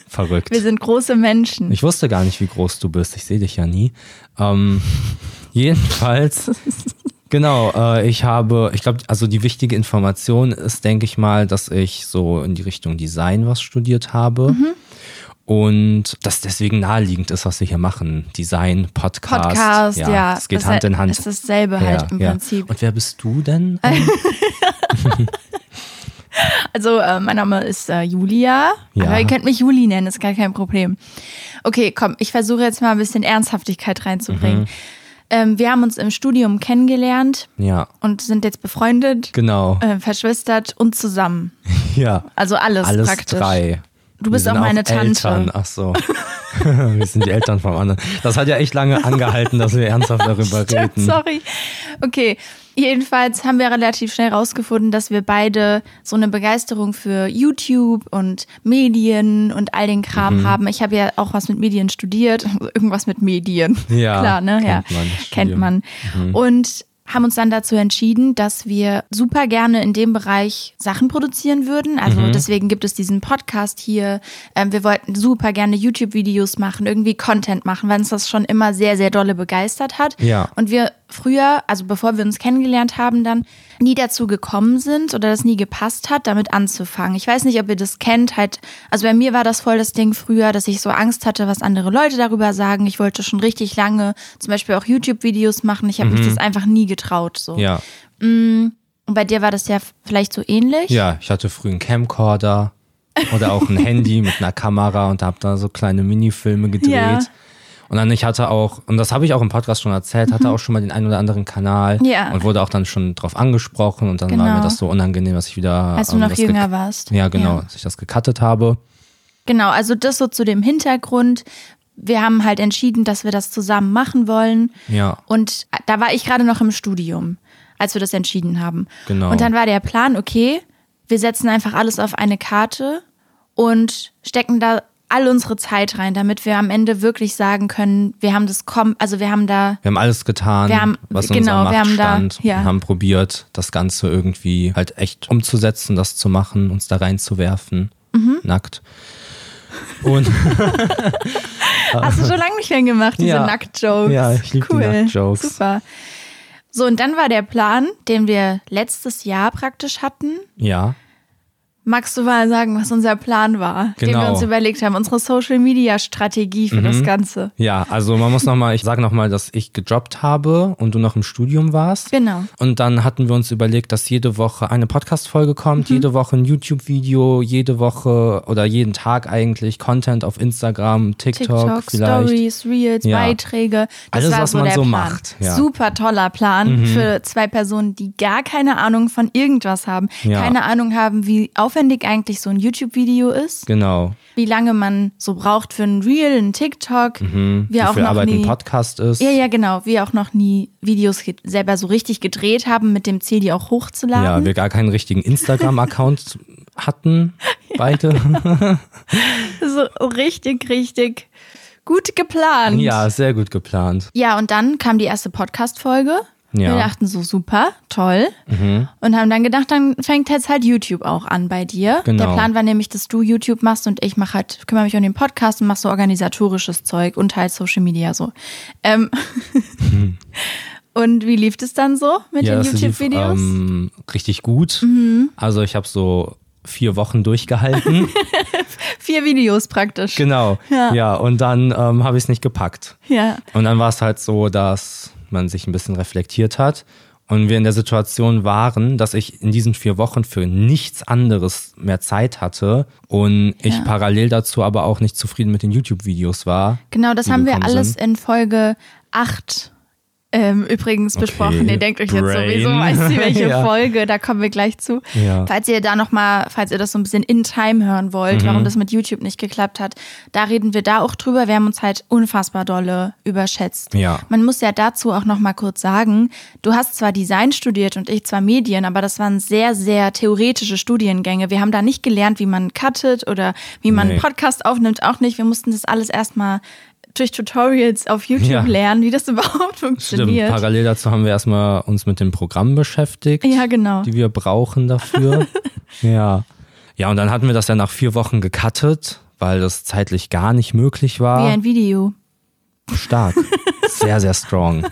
verrückt.
Wir sind große Menschen.
Ich wusste gar nicht, wie groß du bist. Ich sehe dich ja nie.
[LAUGHS]
Ähm, jedenfalls, genau, äh, ich habe, ich glaube, also die wichtige Information ist, denke ich mal, dass ich so in die Richtung Design was studiert habe.
Mhm.
Und das deswegen naheliegend ist, was wir hier machen. Design, Podcast.
Podcast, ja.
Es geht
Das
Hand in
ist-
Hand.
Ist dasselbe halt im Prinzip.
Und wer bist
[LAUGHS]
du denn?
Also, äh, mein Name ist äh, Julia.
Ja.
Aber ihr könnt mich Juli nennen, ist gar kein Problem. Okay, komm, ich versuche jetzt mal ein bisschen Ernsthaftigkeit reinzubringen.
Mhm.
Ähm, wir haben uns im Studium kennengelernt
ja,
und sind jetzt befreundet,
genau.
äh, verschwistert und zusammen.
ja.
Also alles,
Alles
praktisch.
drei.
Du bist
Wir sind
auch meine Tante.
Eltern. Ach so. [LAUGHS] wir sind die Eltern vom anderen. Das hat ja echt lange angehalten, dass wir ernsthaft darüber reden.
Sorry. Okay. Jedenfalls haben wir relativ schnell rausgefunden, dass wir beide so eine Begeisterung für YouTube und Medien und all den Kram
Mhm.
haben. Ich habe ja auch was mit Medien studiert, [LAUGHS] also irgendwas mit Medien.
Ja,
Klar, ne?
kennt
ja.
man,
kennt man.
Studium.
Und haben uns dann dazu entschieden, dass wir super gerne in dem Bereich Sachen produzieren würden. Also deswegen gibt es diesen Podcast hier. Ähm, wir wollten super gerne YouTube-Videos machen, irgendwie Content machen, weil uns das schon immer sehr, sehr dolle begeistert hat.
Ja.
Und wir früher, also bevor wir uns kennengelernt haben, dann nie dazu gekommen sind oder das nie gepasst hat, damit anzufangen. Ich weiß nicht, ob ihr das kennt. Halt, also bei mir war das voll das Ding früher, dass ich so Angst hatte, was andere Leute darüber sagen. Ich wollte schon richtig lange zum Beispiel auch YouTube-Videos machen. Ich habe mich das einfach nie getraut. So.
Mhm. Ja.
Und bei dir war das ja vielleicht so ähnlich.
ja, ich hatte früh einen Camcorder oder auch ein Handy mit einer Kamera und habe da so kleine Minifilme gedreht.
Ja.
Und dann, ich hatte auch, und das habe ich auch im Podcast schon erzählt, hatte auch schon mal den einen oder anderen Kanal
Mhm. Ja.
und wurde auch dann schon drauf angesprochen und dann war
Genau.
mir das so unangenehm, dass ich wieder.
Als du
ähm,
noch
das ge-
jünger warst.
Ja, genau, dass ich das gecuttet habe.
Genau, also das so zu dem Hintergrund. Wir haben halt entschieden, dass wir das zusammen machen wollen.
Ja.
Und da war ich gerade noch im Studium, als wir das entschieden haben.
Genau.
Und dann war der Plan, okay, wir setzen einfach alles auf eine Karte und stecken da all unsere Zeit rein, damit wir am Ende wirklich sagen können, wir haben das kom also wir haben da
Wir haben alles getan,
Wir haben-
was in
genau,
unserer Macht
wir haben da-
stand.
ja.
und haben probiert, das Ganze irgendwie halt echt umzusetzen, das zu machen, uns da reinzuwerfen.
Mhm.
Nackt. Und [LAUGHS]
Hast du schon lange nicht mehr gemacht, diese
Ah. Ja.
Nackt-Jokes.
Ja, ich lieb die
cool.
Nackt-Jokes.
Super. So, und dann war der Plan, den wir letztes Jahr praktisch hatten.
ja,
Magst du mal sagen, was unser Plan war, den wir
Genau. Mhm.
uns überlegt haben, unsere Social Media Strategie für das Ganze.
ja, also man muss nochmal, ich sage nochmal, dass ich gejobbt habe und du noch im Studium warst.
Genau.
Und dann hatten wir uns überlegt, dass jede Woche eine Podcast-Folge kommt,
Mhm.
jede Woche ein YouTube-Video, jede Woche oder jeden Tag eigentlich Content auf Instagram, TikTok,
TikTok,
vielleicht.
Stories, Reels,
Ja.
Beiträge. Das
Alles,
war
was
so
man
der
so
Plan.
macht, ja. Mhm.
Super toller Plan für zwei Personen, die gar keine Ahnung von irgendwas haben.
Ja.
Keine Ahnung haben, wie aufwendig eigentlich so ein YouTube-Video ist,
Genau.
wie lange man so braucht für ein Reel, ein TikTok.
Mhm. Wie
Wir auch
viel
noch
Arbeit ein
nie.
Podcast ist.
Ja, ja, genau. Wir auch noch nie Videos ge- selber so richtig gedreht haben, mit dem Ziel, die auch hochzuladen.
Ja, wir gar keinen richtigen Instagram-Account hatten, beide.
[LAUGHS] so richtig, richtig gut geplant.
Ja, sehr gut geplant.
Ja, und dann kam die erste Podcast-Folge.
Ja. Mhm.
Wir dachten so, super, toll. Und haben dann gedacht, dann fängt jetzt halt YouTube auch an bei dir.
Genau.
Der Plan war nämlich, dass du YouTube machst und ich mache halt, kümmere mich um den Podcast und mache so organisatorisches Zeug und halt Social Media so. Ähm. [LAUGHS] Und wie lief es dann so mit
Mhm. Ja,
den
das lief
YouTube-Videos? Mhm.
ähm, richtig gut. Also ich habe so vier Wochen
[LAUGHS]
durchgehalten.
Vier Videos praktisch.
genau.
Ja.
und dann ähm, habe ich es nicht gepackt.
Ja.
Und dann war es halt so, dass man sich ein bisschen reflektiert hat und wir in der Situation waren, dass ich in diesen vier Wochen für nichts anderes mehr Zeit hatte und ich parallel dazu aber auch nicht zufrieden mit den YouTube-Videos war.
Genau, das
die
haben wir
gekommen
alles
sind.
in Folge 8 ähm, übrigens besprochen. Ihr denkt euch jetzt
Brain.
sowieso, weißt ihr, welche
[LAUGHS] Ja.
Folge, da kommen wir gleich zu.
Ja. Mhm.
Falls ihr da nochmal, falls ihr das so ein bisschen in Time hören wollt, warum das mit YouTube nicht geklappt hat, da reden wir da auch drüber. Wir haben uns halt unfassbar dolle überschätzt.
Ja.
Man muss ja dazu auch nochmal kurz sagen, du hast zwar Design studiert und ich zwar Medien, aber das waren sehr, sehr theoretische Studiengänge. Wir haben da nicht gelernt, wie man cuttet oder wie man
Nee.
einen Podcast aufnimmt, auch nicht. Wir mussten das alles erstmal durch Tutorials auf YouTube
Ja.
lernen, wie das [LAUGHS] überhaupt
Stimmt,
funktioniert.
parallel dazu haben wir erstmal uns mit dem Programm beschäftigt,
Ja, genau.
die wir
[LAUGHS]
brauchen dafür. ja. Ja, und dann hatten wir das ja nach vier Wochen gecuttet, weil das zeitlich gar nicht möglich
Wie
war.
ein [LAUGHS] Video.
Stark. Sehr, sehr strong.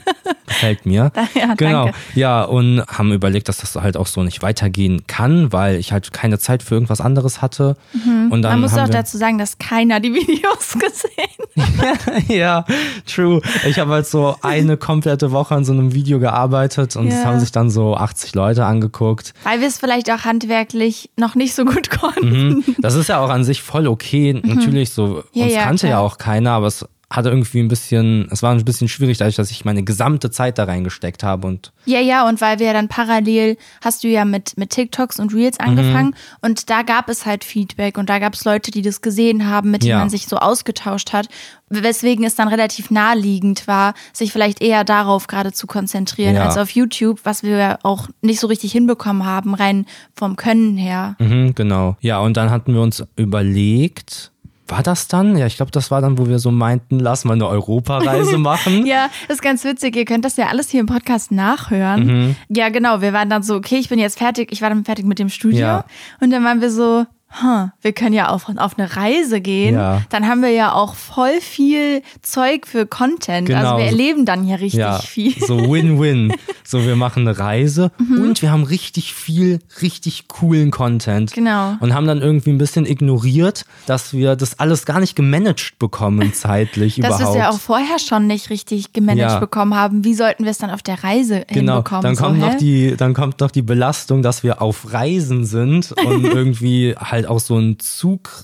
Gefällt mir.
Ja,
genau.
danke.
Ja, und haben überlegt, dass das halt auch so nicht weitergehen kann, weil ich halt keine Zeit für irgendwas anderes hatte. Und dann
Mhm. Man muss
haben
auch
wir,
dazu sagen, dass keiner die [LAUGHS] Videos gesehen hat.
[LAUGHS] Ja, true. Ich habe halt so eine komplette Woche an so einem Video gearbeitet und es
Ja.
haben sich dann so 80 Leute angeguckt.
Weil wir es vielleicht auch handwerklich noch nicht so gut
Mhm.
konnten.
[LAUGHS] Das ist ja auch an sich voll okay. Natürlich, so
Mhm. Ja,
uns
ja,
kannte ja
klar.
auch keiner, aber es hatte irgendwie ein bisschen, es war ein bisschen schwierig, dadurch, dass ich meine gesamte Zeit da reingesteckt habe und
Ja, ja, und weil wir dann parallel, hast du ja mit, mit TikToks und Reels
Mhm.
angefangen und da gab es halt Feedback und da gab es Leute, die das gesehen haben, mit denen
Ja.
man sich so ausgetauscht hat, weswegen es dann relativ naheliegend war, sich vielleicht eher darauf gerade zu konzentrieren
Ja.
als auf YouTube, was wir auch nicht so richtig hinbekommen haben, rein vom Können her.
Mhm, genau. Ja, und dann hatten wir uns überlegt, war das dann? Ja, ich glaube, das war dann, wo wir so meinten, lass mal eine Europareise machen.
Ja, das ist ganz witzig. Ihr könnt das ja alles hier im Podcast nachhören.
Mhm.
Ja, genau. Wir waren dann so, okay, ich bin jetzt fertig. Ich war dann fertig mit dem Studio.
Ja.
Und dann waren wir so, hm, wir können ja auch auf eine Reise gehen.
Ja.
Dann haben wir ja auch voll viel Zeug für Content.
Genau.
Also wir erleben dann hier richtig
Ja, [LAUGHS]
viel. Mhm.
so Win-Win. So, wir machen eine Reise und wir haben richtig viel, richtig coolen Content.
Genau.
Und haben dann irgendwie ein bisschen ignoriert, dass wir das alles gar nicht gemanagt
[LAUGHS]
bekommen zeitlich
Dass wir es
überhaupt.
ja auch vorher schon nicht richtig gemanagt
Ja.
bekommen haben. Wie sollten wir es dann auf der Reise
Genau,
hinbekommen?
dann kommt
so,
noch
hä?
die, dann kommt noch die Belastung, dass wir auf Reisen
[LAUGHS]
sind und irgendwie halt auch so ein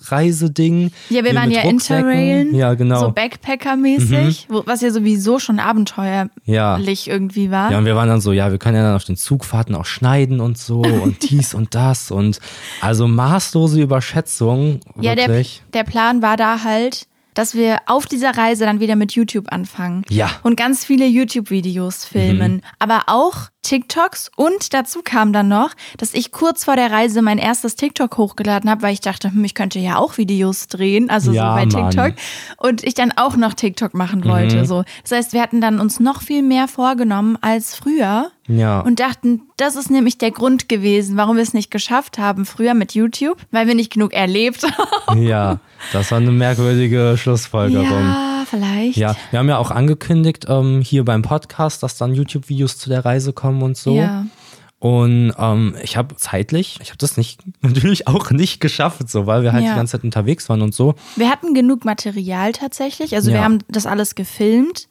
Zugreiseding.
Ja, wir
wie
waren
mit
ja
Rucksäcken.
Interrailen,
Ja, genau. Mhm.
so Backpacker-mäßig, wo- was ja sowieso schon abenteuerlich
Ja.
irgendwie war.
Ja, und wir waren dann so, ja, wir können ja dann auf den Zugfahrten auch schneiden
[LAUGHS]
und so und dies und das und also maßlose Überschätzung,
Ja, der,
wirklich.
der Plan war da halt, dass wir auf dieser [LAUGHS] Reise dann wieder mit YouTube anfangen.
Ja. Mhm.
Und ganz viele YouTube-Videos filmen. Aber auch TikToks und dazu kam dann noch, dass ich kurz vor der Reise mein erstes TikTok hochgeladen habe, weil ich dachte, hm, ich könnte ja auch Videos drehen, also
Ja,
so bei
Mann. Mhm.
TikTok. Und ich dann auch noch TikTok machen wollte. So. Das heißt, wir hatten dann uns noch viel mehr vorgenommen als früher
Ja.
und dachten, das ist nämlich der Grund gewesen, warum wir es nicht geschafft haben früher mit YouTube, weil wir nicht genug erlebt haben.
ja, das war eine merkwürdige Schlussfolgerung.
Ja, vielleicht.
Ja, wir haben ja auch angekündigt ähm, hier beim Podcast, dass dann YouTube-Videos zu der Reise kommen und so.
Ja.
Und ähm, ich habe zeitlich, ich habe das nicht, [LAUGHS] natürlich auch nicht geschafft, so, weil wir halt
Ja.
die ganze Zeit unterwegs waren und so.
Wir hatten genug Material tatsächlich. Also wir
Ja. Mhm.
haben das alles gefilmt,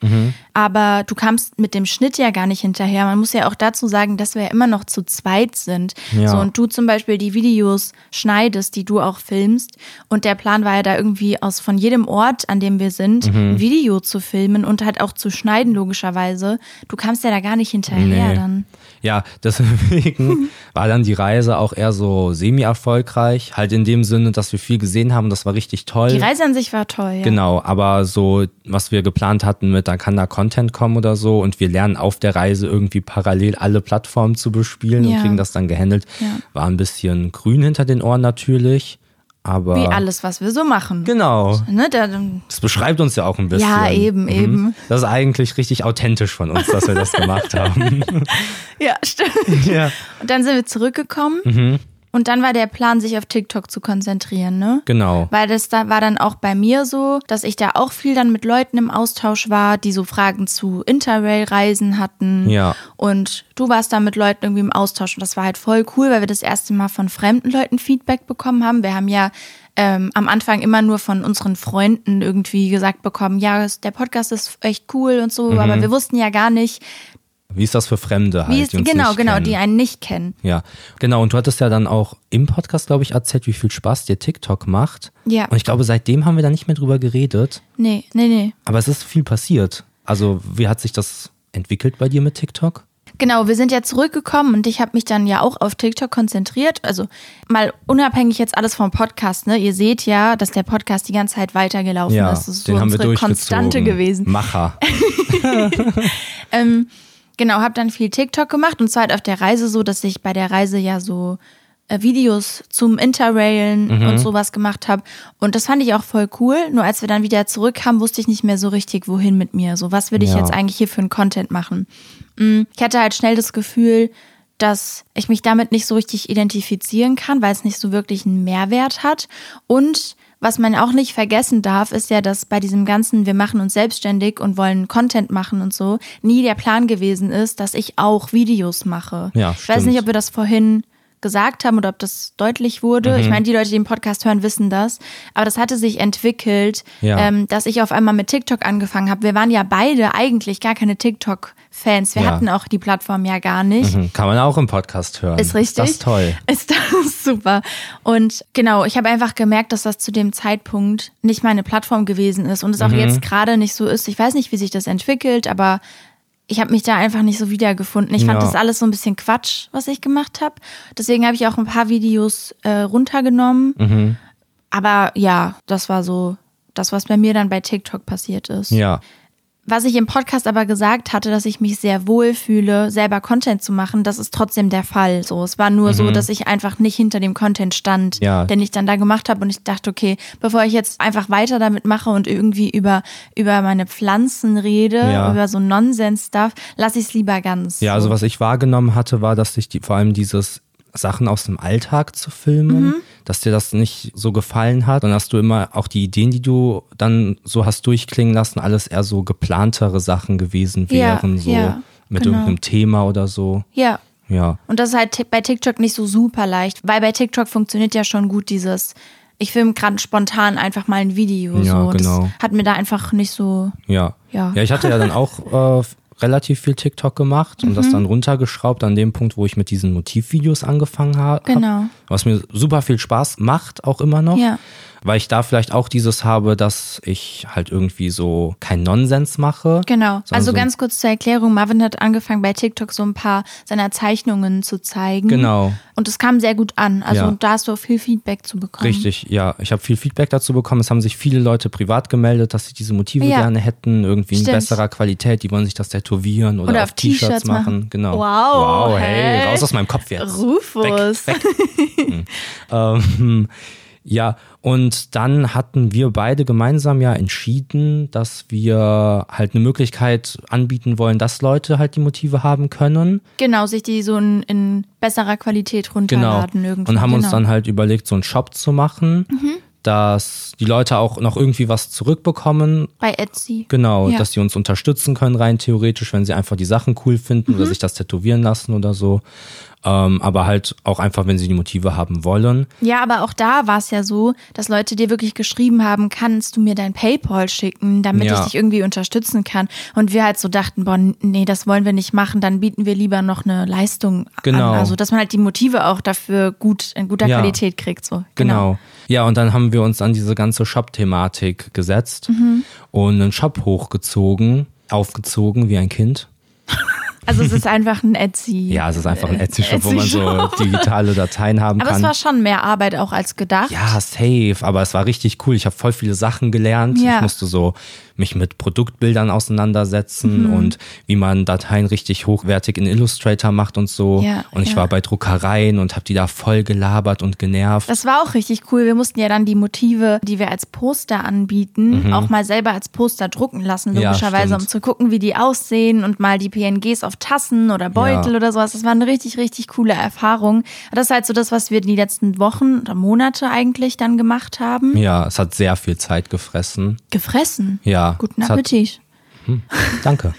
aber du kamst mit dem Schnitt ja gar nicht hinterher. Man muss ja auch dazu sagen, dass wir ja immer noch zu zweit sind.
Ja.
So, und du zum Beispiel die Videos schneidest, die du auch filmst. Und der Plan war ja da irgendwie aus von jedem Ort, an dem wir sind,
Mhm.
ein Video zu filmen und halt auch zu schneiden, logischerweise. Du kamst ja da gar nicht hinterher
Nee.
dann.
Ja, deswegen [LAUGHS] war dann die Reise auch eher so semi-erfolgreich. Halt in dem Sinne, dass wir viel gesehen haben, das war richtig toll.
Die Reise an sich war toll, ja.
Äh, Genau, aber so, was wir geplant hatten mit, dann kann da Content kommen oder so und wir lernen auf der Reise irgendwie parallel alle Plattformen zu bespielen
Ja.
und kriegen das dann gehandelt.
Ja.
War ein bisschen grün hinter den Ohren natürlich, aber.
Wie alles, was wir so machen.
Genau.
Ne, da,
Das beschreibt uns ja auch ein bisschen. Mhm.
Ja, eben, eben.
Das ist eigentlich richtig authentisch von uns, dass
[LAUGHS]
wir das gemacht haben.
ja, stimmt.
ja.
Und dann sind wir zurückgekommen
Mhm.
und dann war der Plan, sich auf TikTok zu konzentrieren, ne?
Genau.
Weil das da war dann auch bei mir so, dass ich da auch viel dann mit Leuten im Austausch war, die so Fragen zu Interrail-Reisen hatten.
Ja.
Und du warst da mit Leuten irgendwie im Austausch und das war halt voll cool, weil wir das erste Mal von fremden Leuten Feedback bekommen haben. Wir haben ja ähm, am Anfang immer nur von unseren Freunden irgendwie gesagt bekommen, ja, es- der Podcast ist echt cool und so, aber wir wussten ja gar nicht,
Wie ist das für Fremde halt?
wie es,
Mhm. die uns
genau,
nicht
genau,
kennen?
die einen nicht kennen.
Ja, genau. Und du hattest ja dann auch im Podcast, glaube ich, erzählt, wie viel Spaß dir TikTok macht.
Ja.
Und ich glaube, seitdem haben wir da nicht mehr drüber geredet.
Nee, nee, nee.
Aber es ist viel passiert. Also, wie hat sich das entwickelt bei dir mit TikTok?
Genau, wir sind ja zurückgekommen und ich habe mich dann ja auch auf TikTok konzentriert. Also mal unabhängig jetzt alles vom Podcast, ne? Ihr seht ja, dass der Podcast die ganze Zeit weitergelaufen
ja,
ist. Das ist so
den haben wir
unsere
durchgezogen.
Konstante gewesen.
Macher. [LAUGHS]
Genau, habe dann viel TikTok gemacht und zwar halt auf der Reise so, dass ich bei der Reise ja so äh, Videos zum
Mhm.
Interrailen und sowas gemacht habe. Und das fand ich auch voll cool. Nur als wir dann wieder zurückkamen, wusste ich nicht mehr so richtig, wohin mit mir. So, was will ich
Ja.
jetzt eigentlich hier für einen Content machen? ich hatte halt schnell das Gefühl, dass ich mich damit nicht so richtig identifizieren kann, weil es nicht so wirklich einen Mehrwert hat. Und was man auch nicht vergessen darf, ist ja, dass bei diesem ganzen, wir machen uns selbstständig und wollen Content machen und so, nie der Plan gewesen ist, dass ich auch Videos mache.
Ja,
ich weiß
stimmt.
nicht, ob wir das vorhin gesagt haben oder ob das deutlich wurde.
Mhm.
Ich meine, die Leute, die den Podcast hören, wissen das. Aber das hatte sich entwickelt,
Ja.
ähm, dass ich auf einmal mit TikTok angefangen habe. Wir waren ja beide eigentlich gar keine TikTok-Fans. Wir
Ja.
hatten auch die Plattform ja gar nicht.
Hm, Kann man auch im Podcast hören.
Ist richtig.
Das ist toll.
[LAUGHS] Ist das super. Und genau, ich habe einfach gemerkt, dass das zu dem Zeitpunkt nicht meine Plattform gewesen ist und es
Mhm.
auch jetzt gerade nicht so ist. Ich weiß nicht, wie sich das entwickelt, aber ich habe mich da einfach nicht so wiedergefunden. Ich fand
Ja.
das alles so ein bisschen Quatsch, was ich gemacht habe. Deswegen habe ich auch ein paar Videos äh, runtergenommen.
Mhm.
Aber ja, das war so das, was bei mir dann bei TikTok passiert ist.
Ja.
Was ich im Podcast aber gesagt hatte, dass ich mich sehr wohl fühle, selber Content zu machen, das ist trotzdem der Fall. So, es war nur so, dass ich einfach nicht hinter dem Content stand,
Mhm. Ja.
den ich dann da gemacht habe und ich dachte, okay, bevor ich jetzt einfach weiter damit mache und irgendwie über über meine Pflanzen rede,
Ja.
über so Nonsens-Stuff, lasse ich es lieber ganz.
Ja, also was ich wahrgenommen hatte, war, dass sich die, vor allem dieses Sachen aus dem Alltag zu filmen,
Mhm.
dass dir das nicht so gefallen hat und dass du immer auch die Ideen, die du dann so hast durchklingen lassen, alles eher so geplantere Sachen gewesen
Ja,
wären, so
ja,
mit
genau.
irgendeinem Thema oder so.
ja.
Ja,
Und das ist halt ti- bei TikTok nicht so super leicht, weil bei TikTok funktioniert ja schon gut dieses, ich filme gerade spontan einfach mal ein Video.
Ja,
so. Und
genau.
Das hat mir da einfach nicht so
ja.
Ja.
ich hatte ja dann auch äh, relativ viel TikTok gemacht und
Mhm.
das dann runtergeschraubt an dem Punkt, wo ich mit diesen Motivvideos angefangen habe.
Genau.
Was mir super viel Spaß macht, auch immer noch.
Ja.
weil ich da vielleicht auch dieses habe, dass ich halt irgendwie so keinen Nonsens mache.
Genau.
sondern
Also
so-
ganz kurz zur Erklärung, Marvin hat angefangen bei TikTok so ein paar seiner Zeichnungen zu zeigen.
Genau.
Und es kam sehr gut an. Also
Ja.
und da hast du auch viel Feedback zu bekommen.
Richtig, ja. Ich habe viel Feedback dazu bekommen. Es haben sich viele Leute privat gemeldet, dass sie diese Motive
Ja.
gerne hätten, irgendwie in
Stimmt.
besserer Qualität. Die wollen sich das tätowieren oder,
Oder
auf
auf T-Shirts
T-Shirts machen.
machen.
Genau.
Wow,
wow, hey,
hey.
raus aus meinem Kopf jetzt.
Rufus.
Ähm, ja, und dann hatten wir beide gemeinsam ja entschieden, dass wir halt eine Möglichkeit anbieten wollen, dass Leute halt die Motive haben können.
Genau, sich die so in, in besserer Qualität runterladen irgendwie.
Und haben uns
genau. Mhm.
dann halt überlegt, so einen Shop zu machen, dass die Leute auch noch irgendwie was zurückbekommen.
bei Etsy.
Genau,
Ja.
dass die uns unterstützen können, rein theoretisch, wenn sie einfach die Sachen cool finden
Mhm.
oder sich das tätowieren lassen oder so. Ähm, aber halt auch einfach, wenn sie die Motive haben wollen.
Ja, aber auch da war es ja so, dass Leute dir wirklich geschrieben haben, kannst du mir dein PayPal schicken, damit
Ja.
ich dich irgendwie unterstützen kann. Und wir halt so dachten, boah, nee, das wollen wir nicht machen, dann bieten wir lieber noch eine Leistung
Genau.
an. Also, dass man halt die Motive auch dafür gut in guter
Ja.
Qualität kriegt. So.
Genau. Ja, und dann haben wir uns an diese ganze Shop-Thematik gesetzt
Mhm.
und einen Shop hochgezogen, aufgezogen wie ein Kind.
Also es ist einfach ein Etsy.
Ja, es ist einfach ein Etsy-Shop, wo man so
Äh, Etsy-Shop.
digitale Dateien haben
Aber
kann.
es war schon mehr Arbeit auch als gedacht.
ja, safe, aber es war richtig cool. Ich habe voll viele Sachen gelernt.
Ja.
Ich musste so mich mit Produktbildern auseinandersetzen
Mhm.
und wie man Dateien richtig hochwertig in Illustrator macht und so.
Ja,
und ich
ja.
war bei Druckereien und habe die da voll gelabert und genervt.
Das war auch richtig cool. Wir mussten ja dann die Motive, die wir als Poster anbieten, auch mal selber als Poster drucken lassen,
Mhm. Ja,
logischerweise,
stimmt.
um zu gucken, wie die aussehen und mal die PNGs auf Tassen oder Beutel
Ja.
oder sowas. Das war eine richtig, richtig coole Erfahrung. Das ist halt so das, was wir die letzten Wochen oder Monate eigentlich dann gemacht haben.
ja, es hat sehr viel Zeit gefressen.
Gefressen.
Ja,
Guten
es hat
Appetit. [LAUGHS]
Danke.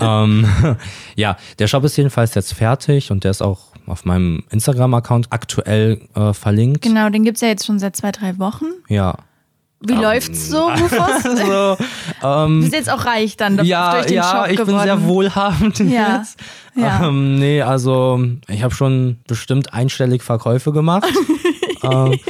ähm, [LAUGHS] ja, der Shop ist jedenfalls jetzt fertig und der ist auch auf meinem Instagram-Account aktuell äh, verlinkt.
Genau, den gibt's ja jetzt schon seit zwei, drei Wochen.
Ja. Ähm.
Wie läuft's
[LAUGHS]
so, Rufus?
So,
Du bist jetzt auch reich dann Also, durch den Shop
ich
geworden.
bin sehr wohlhabend
Ja,
jetzt.
ja.
Ähm, nee, also ich habe schon bestimmt einstellig Verkäufe gemacht. ähm, äh,
[LAUGHS]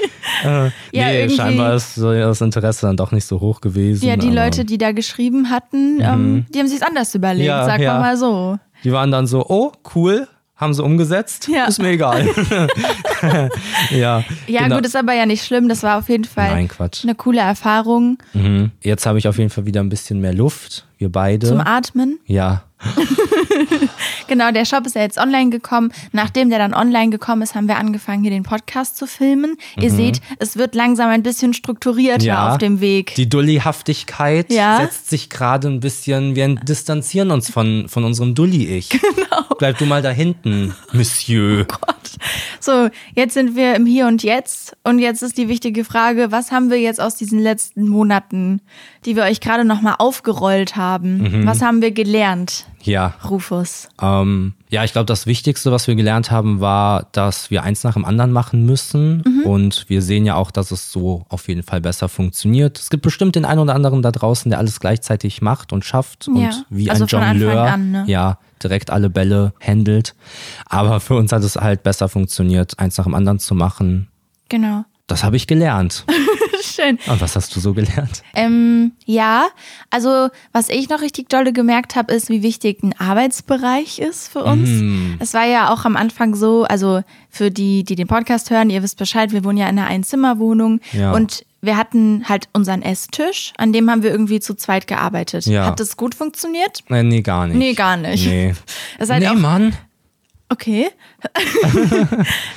Ja,
nee,
irgendwie-
scheinbar ist so das Interesse dann doch nicht so hoch gewesen.
Ja, die
aber Mhm.
Leute, die da geschrieben hatten, ähm, die haben sich anders überlegt,
Ja,
sag
ja.
mal mal so.
Die waren dann so, oh, cool, haben sie umgesetzt,
Ja.
ist mir
[LAUGHS]
egal. [LAUGHS] ja,
Ja,
genau.
gut, ist aber ja nicht schlimm. Das war auf jeden Fall
Nein, Quatsch.
eine coole Erfahrung
Mhm. Jetzt habe ich auf jeden Fall wieder ein bisschen mehr Luft. Wir beide.
zum Atmen.
ja,
Genau, der Shop ist ja jetzt online gekommen. Nachdem der dann online gekommen ist, haben wir angefangen, hier den Podcast zu filmen. Ihr seht, es wird langsam ein bisschen strukturierter
Mhm. Ja.
auf dem Weg.
die Dullihaftigkeit
Ja.
setzt sich gerade ein bisschen. Wir distanzieren uns von, von
[LAUGHS]
unserem Dulli-Ich. Genau. Bleib du mal da hinten,
Oh
Monsieur.
So, jetzt sind wir im Hier und Jetzt. Und jetzt ist die wichtige Frage, was haben wir jetzt aus diesen letzten Monaten, die wir euch gerade nochmal aufgerollt haben?
Mhm.
Was haben wir gelernt,
Ja,
Rufus?
ähm, ja, ich glaube, das Wichtigste, was wir gelernt haben, war, dass wir eins nach dem anderen machen müssen.
Mhm.
Und wir sehen ja auch, dass es so auf jeden Fall besser funktioniert. Es gibt bestimmt den einen oder anderen da draußen, der alles gleichzeitig macht und schafft
Ja,
und wie
also
ein
von Anfang
Jongleur
an, ne?
ja direkt alle Bälle handelt. Aber für uns hat es halt besser funktioniert, eins nach dem anderen zu machen.
Genau.
Das habe
[LAUGHS]
ich gelernt.
Schön.
Und was hast du so gelernt?
Ähm, ja, also was ich noch richtig dolle gemerkt habe, ist, wie wichtig ein Arbeitsbereich ist für uns.
Mhm.
Es war ja auch am Anfang so, also für die, die den Podcast hören, ihr wisst Bescheid, wir wohnen ja in einer Einzimmerwohnung
Ja.
und wir hatten halt unseren Esstisch, an dem haben wir irgendwie zu zweit gearbeitet.
Ja.
Hat das gut funktioniert?
Äh, nee, gar nicht.
Nee, gar nicht.
Nee,
Das ist halt
nee
auch- [LAUGHS]
Mann. [LAUGHS]
Okay.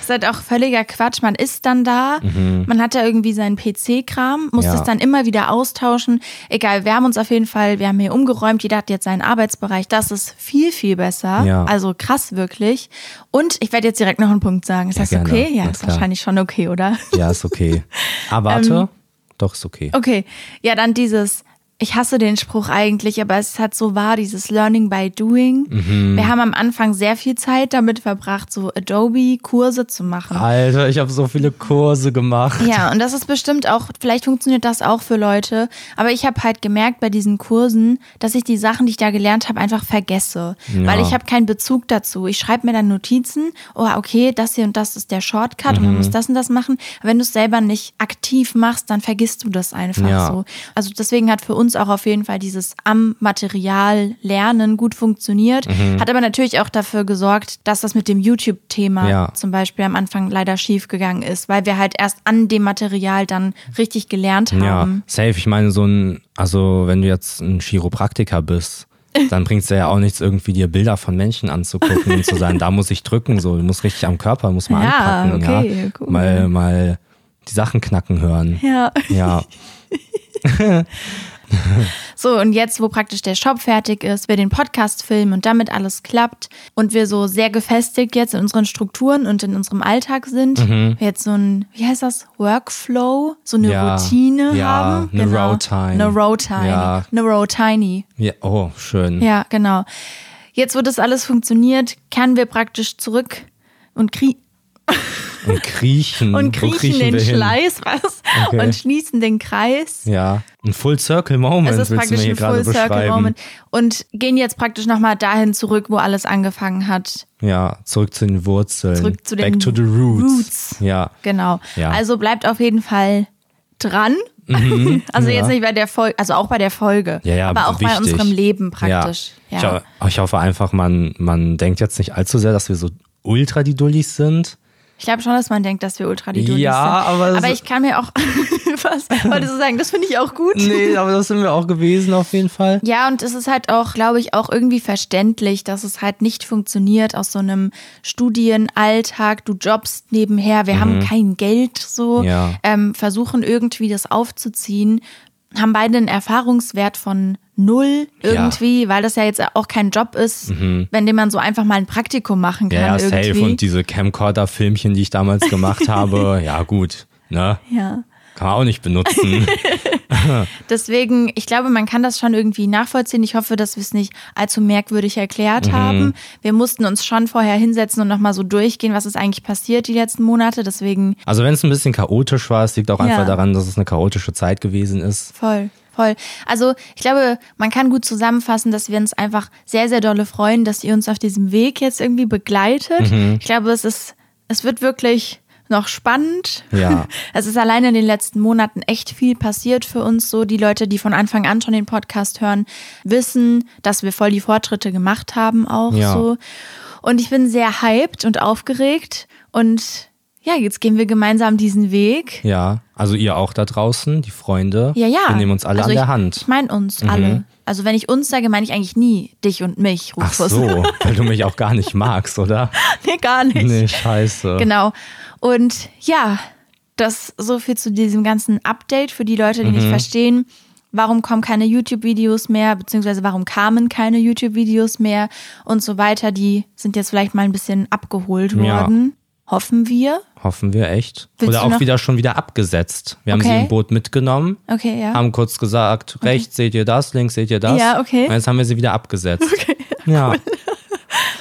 ist halt auch völliger Quatsch. Man ist dann da, man hat da irgendwie seinen PC-Kram, muss
Mhm. Ja.
das dann immer wieder austauschen. Egal, wir haben uns auf jeden Fall, wir haben hier umgeräumt, jeder hat jetzt seinen Arbeitsbereich. Das ist viel, viel besser.
Ja.
Also krass wirklich. Und ich werde jetzt direkt noch einen Punkt sagen. Ist das
gerne.
okay? Ja,
Na
ist
klar.
wahrscheinlich schon okay, oder? Ähm.
Ja, ist okay. Ah, warte. Doch, ist okay.
Okay, ja, dann dieses ich hasse den Spruch eigentlich, aber es ist halt so wahr, dieses Learning by Doing.
Mhm.
Wir haben am Anfang sehr viel Zeit damit verbracht, so Adobe-Kurse zu machen.
Alter, ich habe so viele Kurse gemacht.
Ja, und das ist bestimmt auch, vielleicht funktioniert das auch für Leute, aber ich habe halt gemerkt bei diesen Kursen, dass ich die Sachen, die ich da gelernt habe, einfach vergesse,
Ja.
weil ich habe keinen Bezug dazu. Ich schreibe mir dann Notizen, oh okay, das hier und das ist der Shortcut und
Mhm.
man muss das und das machen. Aber wenn du es selber nicht aktiv machst, dann vergisst du das einfach
Ja.
so. Also deswegen hat für uns auch auf jeden Fall dieses am Material lernen gut funktioniert,
Mhm.
hat aber natürlich auch dafür gesorgt, dass das mit dem YouTube-Thema
Ja.
zum Beispiel am Anfang leider schief gegangen ist, weil wir halt erst an dem Material dann richtig gelernt
Ja,
haben.
safe. Ich meine, so ein, also wenn du jetzt ein
[LAUGHS]
Chiropraktiker bist, dann bringt es ja auch nichts, irgendwie dir Bilder von Menschen anzugucken und zu sagen, da muss ich drücken, so, du musst richtig am Körper, muss mal
Ja,
anpacken,
okay,
ja.
cool.
Mal, mal die Sachen knacken hören.
Ja. [LAUGHS]
Ja,
So, und jetzt, wo praktisch der Shop fertig ist, wir den Podcast filmen und damit alles klappt und wir so sehr gefestigt jetzt in unseren Strukturen und in unserem Alltag sind, wir jetzt so ein, wie heißt das, Workflow, so eine
Mhm. Ja.
Routine
Ja,
haben. Genau.
eine Routine.
Eine Routine.
Ja.
Eine Routine.
ja oh, schön.
Ja, genau. Jetzt, wo das alles funktioniert, kehren wir praktisch zurück und kriegen
Und kriechen.
und
Hm, Wo
kriechen, den
wir hin?
Schleiß was
Okay.
und schließen den Kreis.
Ja, ein Full Circle Moment
Es ist
willst du mir
praktisch
hier
ein
gerade
Full Circle
beschreiben.
Moment und gehen jetzt praktisch nochmal dahin zurück, wo alles angefangen hat.
Ja, zurück zu den Wurzeln.
Zurück zu
Back
den
to the roots.
Roots.
Ja,
Genau.
Ja.
Also bleibt auf jeden Fall dran. [LAUGHS] also jetzt nicht bei der Folge, also auch bei der Folge,
Mhm. ja, ja.
aber auch bei
wichtig.
unserem Leben praktisch.
Ja.
Ja.
Ich, ho- ich hoffe einfach, man, man denkt jetzt nicht allzu sehr, dass wir so ultra die Dullis sind.
Ich glaube schon, dass man denkt, dass wir ultra die Dullis
Ja,
sind.
aber so-
aber ich kann mir auch [LAUGHS] was wollte so sagen, das finde ich auch gut.
aber das sind wir auch gewesen auf jeden Fall.
Ja, und es ist halt auch, glaube ich, auch irgendwie verständlich, dass es halt nicht funktioniert aus so einem Studienalltag. Du jobbst nebenher, wir haben kein Geld so,
Mhm. Ja.
ähm, versuchen irgendwie das aufzuziehen, haben beide einen Erfahrungswert von null irgendwie, weil das ja jetzt auch kein Job ist, wenn dem man so einfach mal ein Praktikum machen kann
Mhm. Ja, ja,
irgendwie.
safe. Und diese Camcorder-Filmchen, die ich damals
[LAUGHS]
gemacht habe, ja gut, ne?
ja.
Kann man auch nicht benutzen.
Deswegen, ich glaube, man kann das schon irgendwie nachvollziehen. Ich hoffe, dass wir es nicht allzu merkwürdig erklärt haben. Wir mussten uns schon vorher hinsetzen und nochmal so durchgehen, was ist eigentlich passiert die letzten Monate. Deswegen
Also wenn es ein bisschen chaotisch war, es liegt auch
Ja.
einfach daran, dass es eine chaotische Zeit gewesen ist.
voll, voll. Also ich glaube, man kann gut zusammenfassen, dass wir uns einfach sehr, sehr dolle freuen, dass ihr uns auf diesem Weg jetzt irgendwie begleitet.
Mhm.
Ich glaube, es ist, es wird wirklich noch spannend.
Ja.
[LAUGHS] Es ist alleine in den letzten Monaten echt viel passiert für uns so. Die Leute, die von Anfang an schon den Podcast hören, wissen, dass wir voll die Fortschritte gemacht haben auch
Ja.
so. Und ich bin sehr hyped und aufgeregt und ja, jetzt gehen wir gemeinsam diesen Weg.
Ja, also ihr auch da draußen, die Freunde.
Ja, ja.
Wir nehmen uns alle
also
an
ich, [LAUGHS]
der Hand. Mhm.
Ich meine uns alle. Also wenn ich uns sage, meine ich eigentlich nie dich und mich,
Ach
Rufus.
so, weil du mich auch gar nicht magst, oder?
[LAUGHS] nee, gar nicht.
Nee, scheiße.
Genau. Und ja, das so viel zu diesem ganzen Update für die Leute, die
Mhm.
nicht verstehen, warum kommen keine YouTube-Videos mehr, beziehungsweise warum kamen keine YouTube-Videos mehr und so weiter. Die sind jetzt vielleicht mal ein bisschen abgeholt
Ja.
worden. Hoffen wir.
Hoffen wir echt.
Willst
oder
du
auch
noch-
wieder schon wieder abgesetzt. Wir haben sie
Okay.
im Boot mitgenommen,
Okay, ja.
haben kurz gesagt, rechts seht ihr das, links seht ihr das.
Ja, okay.
Und jetzt haben wir sie
[LAUGHS]
wieder abgesetzt. Okay. Ja.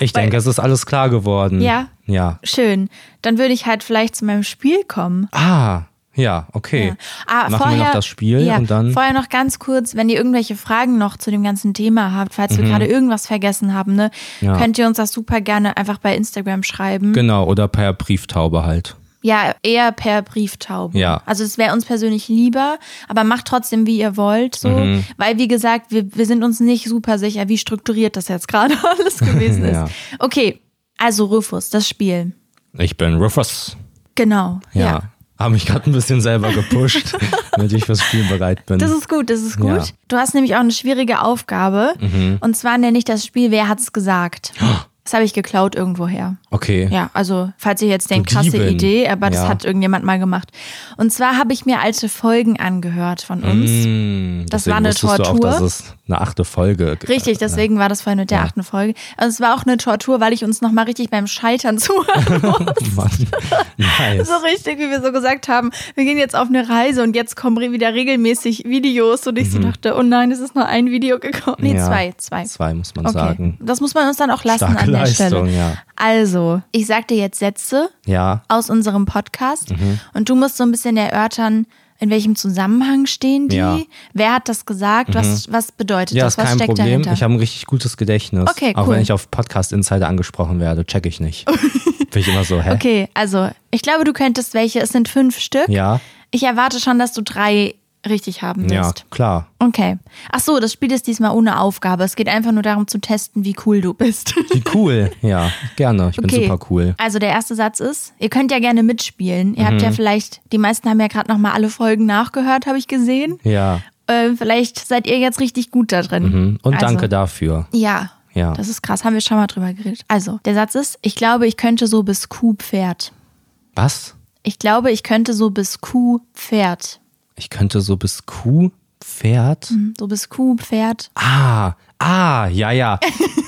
Ich denke, es ist alles klar geworden.
Ja.
Ja.
Schön. Dann würde ich halt vielleicht zu meinem Spiel kommen.
Ah, ja, okay.
Ja. Ah,
Machen
vorher,
wir noch das Spiel
ja,
und dann.
Vorher noch ganz kurz, wenn ihr irgendwelche Fragen noch zu dem ganzen Thema habt, falls wir gerade irgendwas vergessen haben, ne,
Mhm. Ja.
könnt ihr uns das super gerne einfach bei Instagram schreiben.
Genau, oder per Brieftaube halt.
ja, eher per Brieftaube.
Ja.
Also es wäre uns persönlich lieber, aber macht trotzdem, wie ihr wollt, so.
Mhm.
Weil, wie gesagt, wir, wir sind uns nicht super sicher, wie strukturiert das jetzt gerade [LAUGHS] alles
[LAUGHS]
gewesen ist.
Ja.
Okay, also Rufus, das Spiel.
Ich bin Rufus.
Genau.
Ja.
Ja.
Habe mich gerade ein bisschen selber gepusht,
[LAUGHS]
damit ich fürs Spiel bereit bin.
Das ist gut, das ist gut.
Ja. Mhm.
Du hast nämlich auch eine schwierige Aufgabe. Und zwar nenne ich das Spiel Wer hat's gesagt? Das habe ich geklaut irgendwoher.
Okay.
Ja, also falls ihr jetzt denkt,
So
krasse
Dieben.
Idee, aber das
Ja.
hat irgendjemand mal gemacht. Und zwar habe ich mir alte Folgen angehört von
Mhm.
uns.
Mm,
Das
deswegen
war eine
wusstest Du auch,
Tortur.
dass es eine achte Folge. g-
Richtig, deswegen war das vorhin mit der achten Folge. Also es war auch eine Tortur, weil ich uns nochmal richtig beim Scheitern [LAUGHS] zuhören musste. [LAUGHS]
[LAUGHS] Mann. Nice.
so richtig, wie wir so gesagt haben, wir gehen jetzt auf eine Reise und jetzt kommen re- wieder regelmäßig Videos. Und ich so dachte, oh nein, es ist nur ein Video gekommen. Nee,
Mhm. Ja.
zwei, zwei.
Zwei muss man
Okay,
sagen.
das muss man uns dann auch lassen
Starke
an der
Leistung,
Stelle.
ja.
Also, ich sag dir jetzt Sätze
Ja.
aus unserem Podcast
Mhm.
und du musst so ein bisschen erörtern, in welchem Zusammenhang stehen die,
Ja. Mhm.
wer hat das gesagt, was, was bedeutet
Ja,
das,
ist
was
kein
steckt
Problem.
dahinter.
Ich habe ein richtig gutes Gedächtnis.
Okay,
Auch
cool.
wenn ich auf Podcast Insider angesprochen werde, check
[LAUGHS]
ich nicht. Bin ich immer so, hä?
Okay, also ich glaube, du könntest welche. Es sind fünf Stück.
Ja,
Ich erwarte schon, dass du drei richtig haben
ja,
wirst.
klar.
Okay. Ach so, das Spiel ist diesmal ohne Aufgabe. Es geht einfach nur darum zu testen, wie cool du bist. [LAUGHS]
Wie cool. Ja, gerne. Ich bin
Okay.
super cool. Mhm.
Also der erste Satz ist, ihr könnt ja gerne mitspielen. Ihr habt ja vielleicht, die meisten haben ja gerade nochmal alle Folgen nachgehört, habe ich gesehen.
Ja.
Äh, vielleicht seid ihr jetzt richtig gut da drin.
Mhm. Und
also,
danke dafür.
Ja.
Ja.
Das ist krass, haben wir schon mal drüber geredet. Also, der Satz ist, ich glaube, ich könnte so bis Kuh Pferd.
Was?
Ich glaube, ich könnte so bis Kuh Pferd.
Ich könnte so bis Kuh, Pferd.
Hm, So bis Kuh Pferd.
Ah, ah, ja, ja.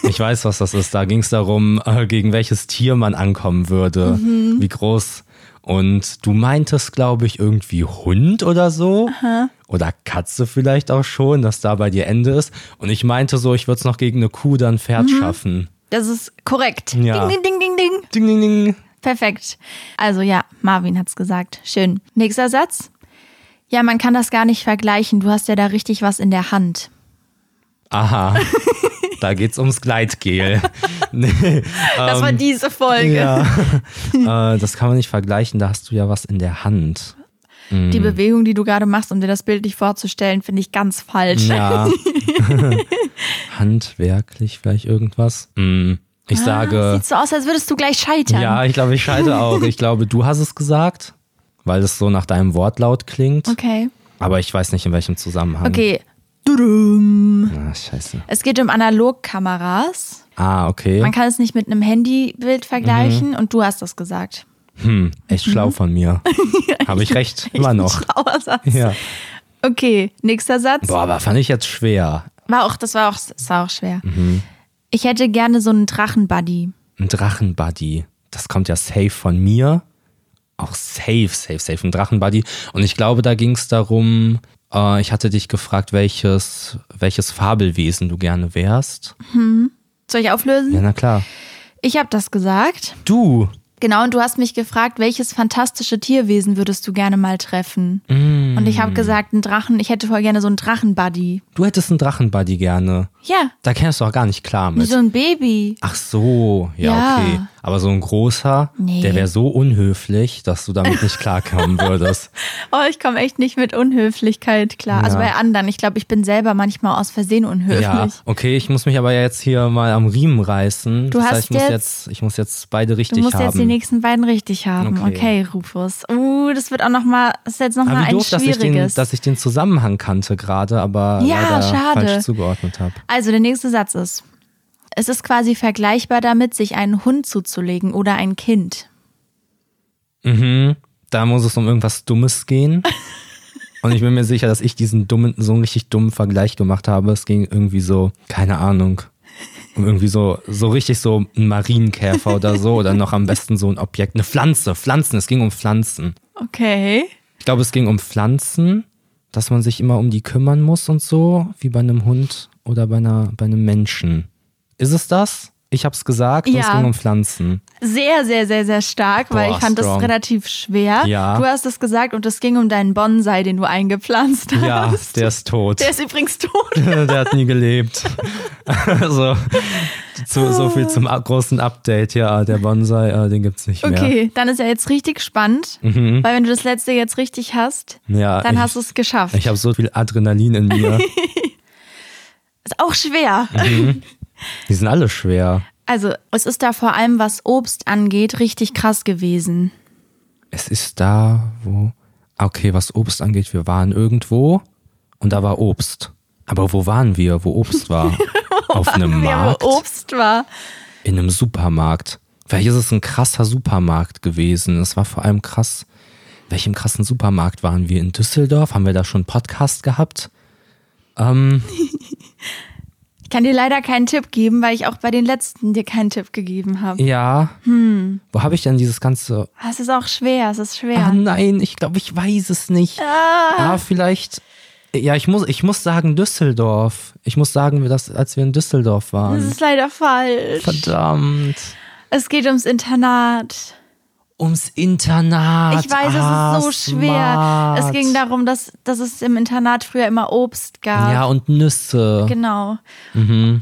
Ich weiß, was das ist. Da ging es darum, äh, gegen welches Tier man ankommen würde. Wie groß. Und du meintest, glaube ich, irgendwie Hund oder so. Oder Katze vielleicht auch schon, dass da bei dir Ende ist. Und ich meinte so, ich würde es noch gegen eine Kuh dann ein Pferd schaffen.
Das ist korrekt.
Ja.
Ding, ding, ding, ding, ding.
Ding, ding, ding.
Perfekt. Also ja, Marvin hat's gesagt. Schön. Nächster Satz. Ja, man kann das gar nicht vergleichen. Du hast ja da richtig was in der Hand.
Aha. Da geht's ums Gleitgel.
Das
Ähm,
war diese Folge.
ja. [LAUGHS] äh, das kann man nicht vergleichen, da hast du ja was in der Hand. Hm.
Die Bewegung, die du gerade machst, um dir das bildlich vorzustellen, finde ich ganz falsch.
[LAUGHS] Ja. Handwerklich vielleicht irgendwas. Hm, Ich sage,
Ah, Sieht so aus, als würdest du gleich scheitern.
ja, ich glaube, ich
[LAUGHS]
scheite auch. Ich glaube, du hast es gesagt, weil es so nach deinem Wortlaut klingt.
Okay.
Aber ich weiß nicht, in welchem Zusammenhang.
Okay. Tudum.
Ah, scheiße.
Es geht um Analogkameras.
Ah, okay.
Man kann es nicht mit einem Handybild
Mhm.
vergleichen und du hast das gesagt.
Hm, echt
Mhm.
schlau von
[LAUGHS]
mir. Habe ich recht, immer noch.
Schlauer Satz.
Ja.
Okay, nächster Satz.
Boah, aber fand ich jetzt schwer.
War auch, das war auch, das war auch schwer.
Mhm.
Ich hätte gerne so einen Drachenbuddy.
Ein Drachenbuddy. Das kommt ja safe von mir. Auch safe, safe, safe. Ein Drachenbuddy. Und ich glaube, da ging es darum, äh, ich hatte dich gefragt, welches, welches Fabelwesen du gerne wärst.
Soll ich auflösen?
Ja, na klar.
Ich habe das gesagt.
Du.
Genau, und du hast mich gefragt, welches fantastische Tierwesen würdest du gerne mal treffen?
Mhm.
Und ich habe gesagt, einen Drachen, ich hätte voll gerne so einen Drachenbuddy.
Du hättest einen Drachenbuddy gerne.
Ja,
Da kämst du auch gar nicht klar
wie
mit.
so ein Baby.
Ach so, ja,
Ja.
okay. Aber so ein großer,
Nee.
der wäre so unhöflich, dass du damit nicht
[LAUGHS]
klarkommen würdest.
Oh, ich komme echt nicht mit Unhöflichkeit klar. Also
Ja.
bei anderen, ich glaube, ich bin selber manchmal aus Versehen unhöflich.
Ja, okay, ich muss mich aber jetzt hier mal am Riemen reißen.
Du
das
hast
heißt, ich muss
jetzt-
jetzt, ich muss jetzt beide richtig
Du musst
haben.
jetzt die nächsten beiden richtig haben.
Okay.
Okay, Rufus. Uh, das wird auch noch mal, das ist jetzt noch
Aber
mal
wie
Ah, ein
doof, dass ich, den,
schwieriges.
dass ich den Zusammenhang kannte gerade, aber
Ja,
leider
schade.
falsch zugeordnet habe.
Also der nächste Satz ist, es ist quasi vergleichbar damit, sich einen Hund zuzulegen oder ein Kind.
Da muss es um irgendwas
[LAUGHS]
Dummes gehen. Und ich bin mir sicher, dass ich diesen dummen, so einen richtig dummen Vergleich gemacht habe. Es ging irgendwie so, keine Ahnung, um irgendwie so, so richtig so ein Marienkäfer oder so oder noch am besten so ein Objekt, eine Pflanze, Pflanzen, es ging um Pflanzen.
Okay.
Ich glaube, es ging um Pflanzen, dass man sich immer um die kümmern muss und so, wie bei einem Hund oder bei, einer, bei einem Menschen. Ist es das? Ich habe es gesagt, und es
Ja.
ging
[LAUGHS]
um Pflanzen.
Sehr, sehr, sehr, sehr stark, weil
Boah,
ich fand
strong.
das relativ schwer.
Ja.
Du hast es gesagt und es ging um deinen Bonsai, den du eingepflanzt hast.
Ja, der ist tot.
Der ist übrigens
[LAUGHS]
tot.
der hat nie gelebt. [LAUGHS] also, zu, so viel zum ab- großen Update. Ja, der Bonsai, äh, den gibt's nicht
Okay, dann ist er jetzt richtig spannend, weil wenn du das letzte jetzt richtig hast,
mehr. Mhm. Ja,
dann
ich,
hast du es geschafft.
Ich habe so viel Adrenalin in
[LAUGHS]
mir.
ist auch schwer.
Mhm. Die sind alle schwer.
Also, es ist da vor allem, was Obst angeht, richtig krass gewesen.
Es ist da, wo. ah, Okay, was Obst angeht, wir waren irgendwo und da war Obst. Aber [LAUGHS] wo waren wir, wo Obst war? Auf
Wer
einem
wo
Markt?
Obst war.
in einem Supermarkt. Vielleicht ist es ein krasser Supermarkt gewesen. Es war vor allem krass. Welchem krassen Supermarkt waren wir in Düsseldorf? Haben wir da schon einen Podcast gehabt? Ähm,
Ich kann dir leider keinen Tipp geben, weil ich auch bei den letzten dir keinen Tipp gegeben habe.
ja. Hm. Wo habe ich denn dieses ganze?
Ah, Es ist auch schwer, es ist schwer.
Ah nein, ich glaube, ich weiß es nicht. Ah, vielleicht. Ja, ich muss, ich muss sagen Düsseldorf. Ich muss sagen, wir das, als wir in Düsseldorf
Das
waren.
ist leider falsch.
Verdammt.
Es geht ums Internat.
Ums Internat.
Ich weiß,
ah,
es ist so schwer.
Smart.
Es ging darum, dass, dass es im Internat früher immer Obst gab.
Ja, Mhm. und Nüsse.
Genau.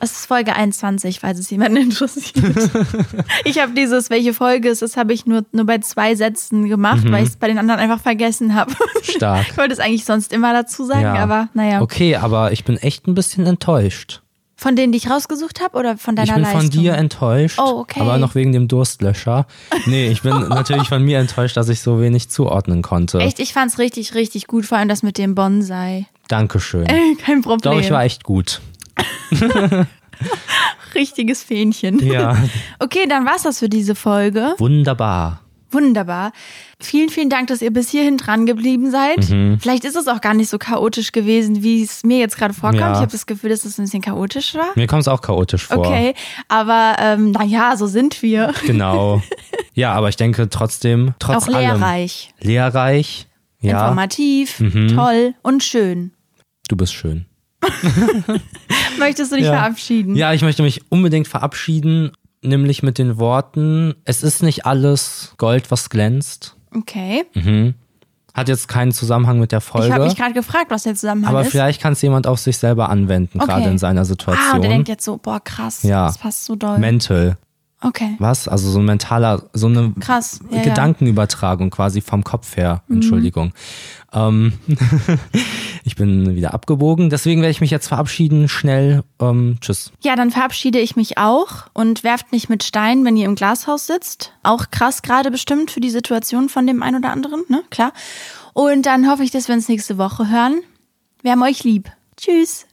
Es ist Folge 21, falls es jemanden [LAUGHS] interessiert. ich habe dieses, welche Folge es ist, habe ich nur, nur bei zwei Sätzen gemacht, weil ich es bei den anderen einfach vergessen habe.
Mhm. Stark.
ich wollte es eigentlich sonst immer dazu [LAUGHS] sagen,
Ja.
aber naja.
Okay, aber ich bin echt ein bisschen enttäuscht.
Von denen, die ich rausgesucht habe oder von deiner
ich bin
Leistung?
von dir enttäuscht,
Oh, okay.
aber noch wegen dem Durstlöscher. Nee,
[LAUGHS]
ich bin natürlich von mir enttäuscht, dass ich so wenig zuordnen konnte.
Echt, ich fand es richtig, richtig gut, vor allem das mit dem Bonsai. [LAUGHS]
Dankeschön. Ich
Äh, Kein Problem.
glaube, ich war echt gut.
Richtiges Fähnchen. [LAUGHS]
Ja,
Okay, dann war's das für diese Folge.
wunderbar.
Wunderbar. Vielen, vielen Dank, dass ihr bis hierhin dran geblieben seid.
Mhm.
Vielleicht ist es auch gar nicht so chaotisch gewesen, wie es mir jetzt gerade vorkommt.
Ja.
Ich habe das Gefühl, dass es ein bisschen chaotisch war.
Mir kommt es auch chaotisch vor.
Okay, aber ähm, naja, so sind wir. [LAUGHS]
Genau. Ja, aber ich denke trotzdem, [LAUGHS] trotz
auch
allem,
lehrreich,
lehrreich. Ja, Mhm.
informativ, toll und schön.
du bist schön.
Möchtest du dich
Ja.
verabschieden?
Ja, ich möchte mich unbedingt verabschieden, nämlich mit den Worten, es ist nicht alles Gold, was glänzt.
Okay.
Hat jetzt keinen Zusammenhang mit der
Ich habe
Folge.
mich gerade gefragt, was der Zusammenhang
Aber
ist.
vielleicht kann es jemand auf sich selber anwenden,
Okay.
gerade in seiner Situation.
ah, und der denkt äh, jetzt so, boah, krass,
Ja.
das passt so doll.
Mental.
okay.
Was? Also so ein mentaler, so eine
Krass, ja, Mhm. ja.
Gedankenübertragung quasi vom Kopf her. Entschuldigung. Ähm, [LAUGHS] ich bin wieder abgebogen. Deswegen werde ich mich jetzt verabschieden. Schnell. Ähm, tschüss.
Ja, dann verabschiede ich mich auch und werft nicht mit Steinen, wenn ihr im Glashaus sitzt. Auch krass gerade bestimmt für die Situation von dem einen oder anderen, ne? Klar. Und dann hoffe ich, dass wir uns nächste Woche hören. Wir haben euch lieb. Tschüss.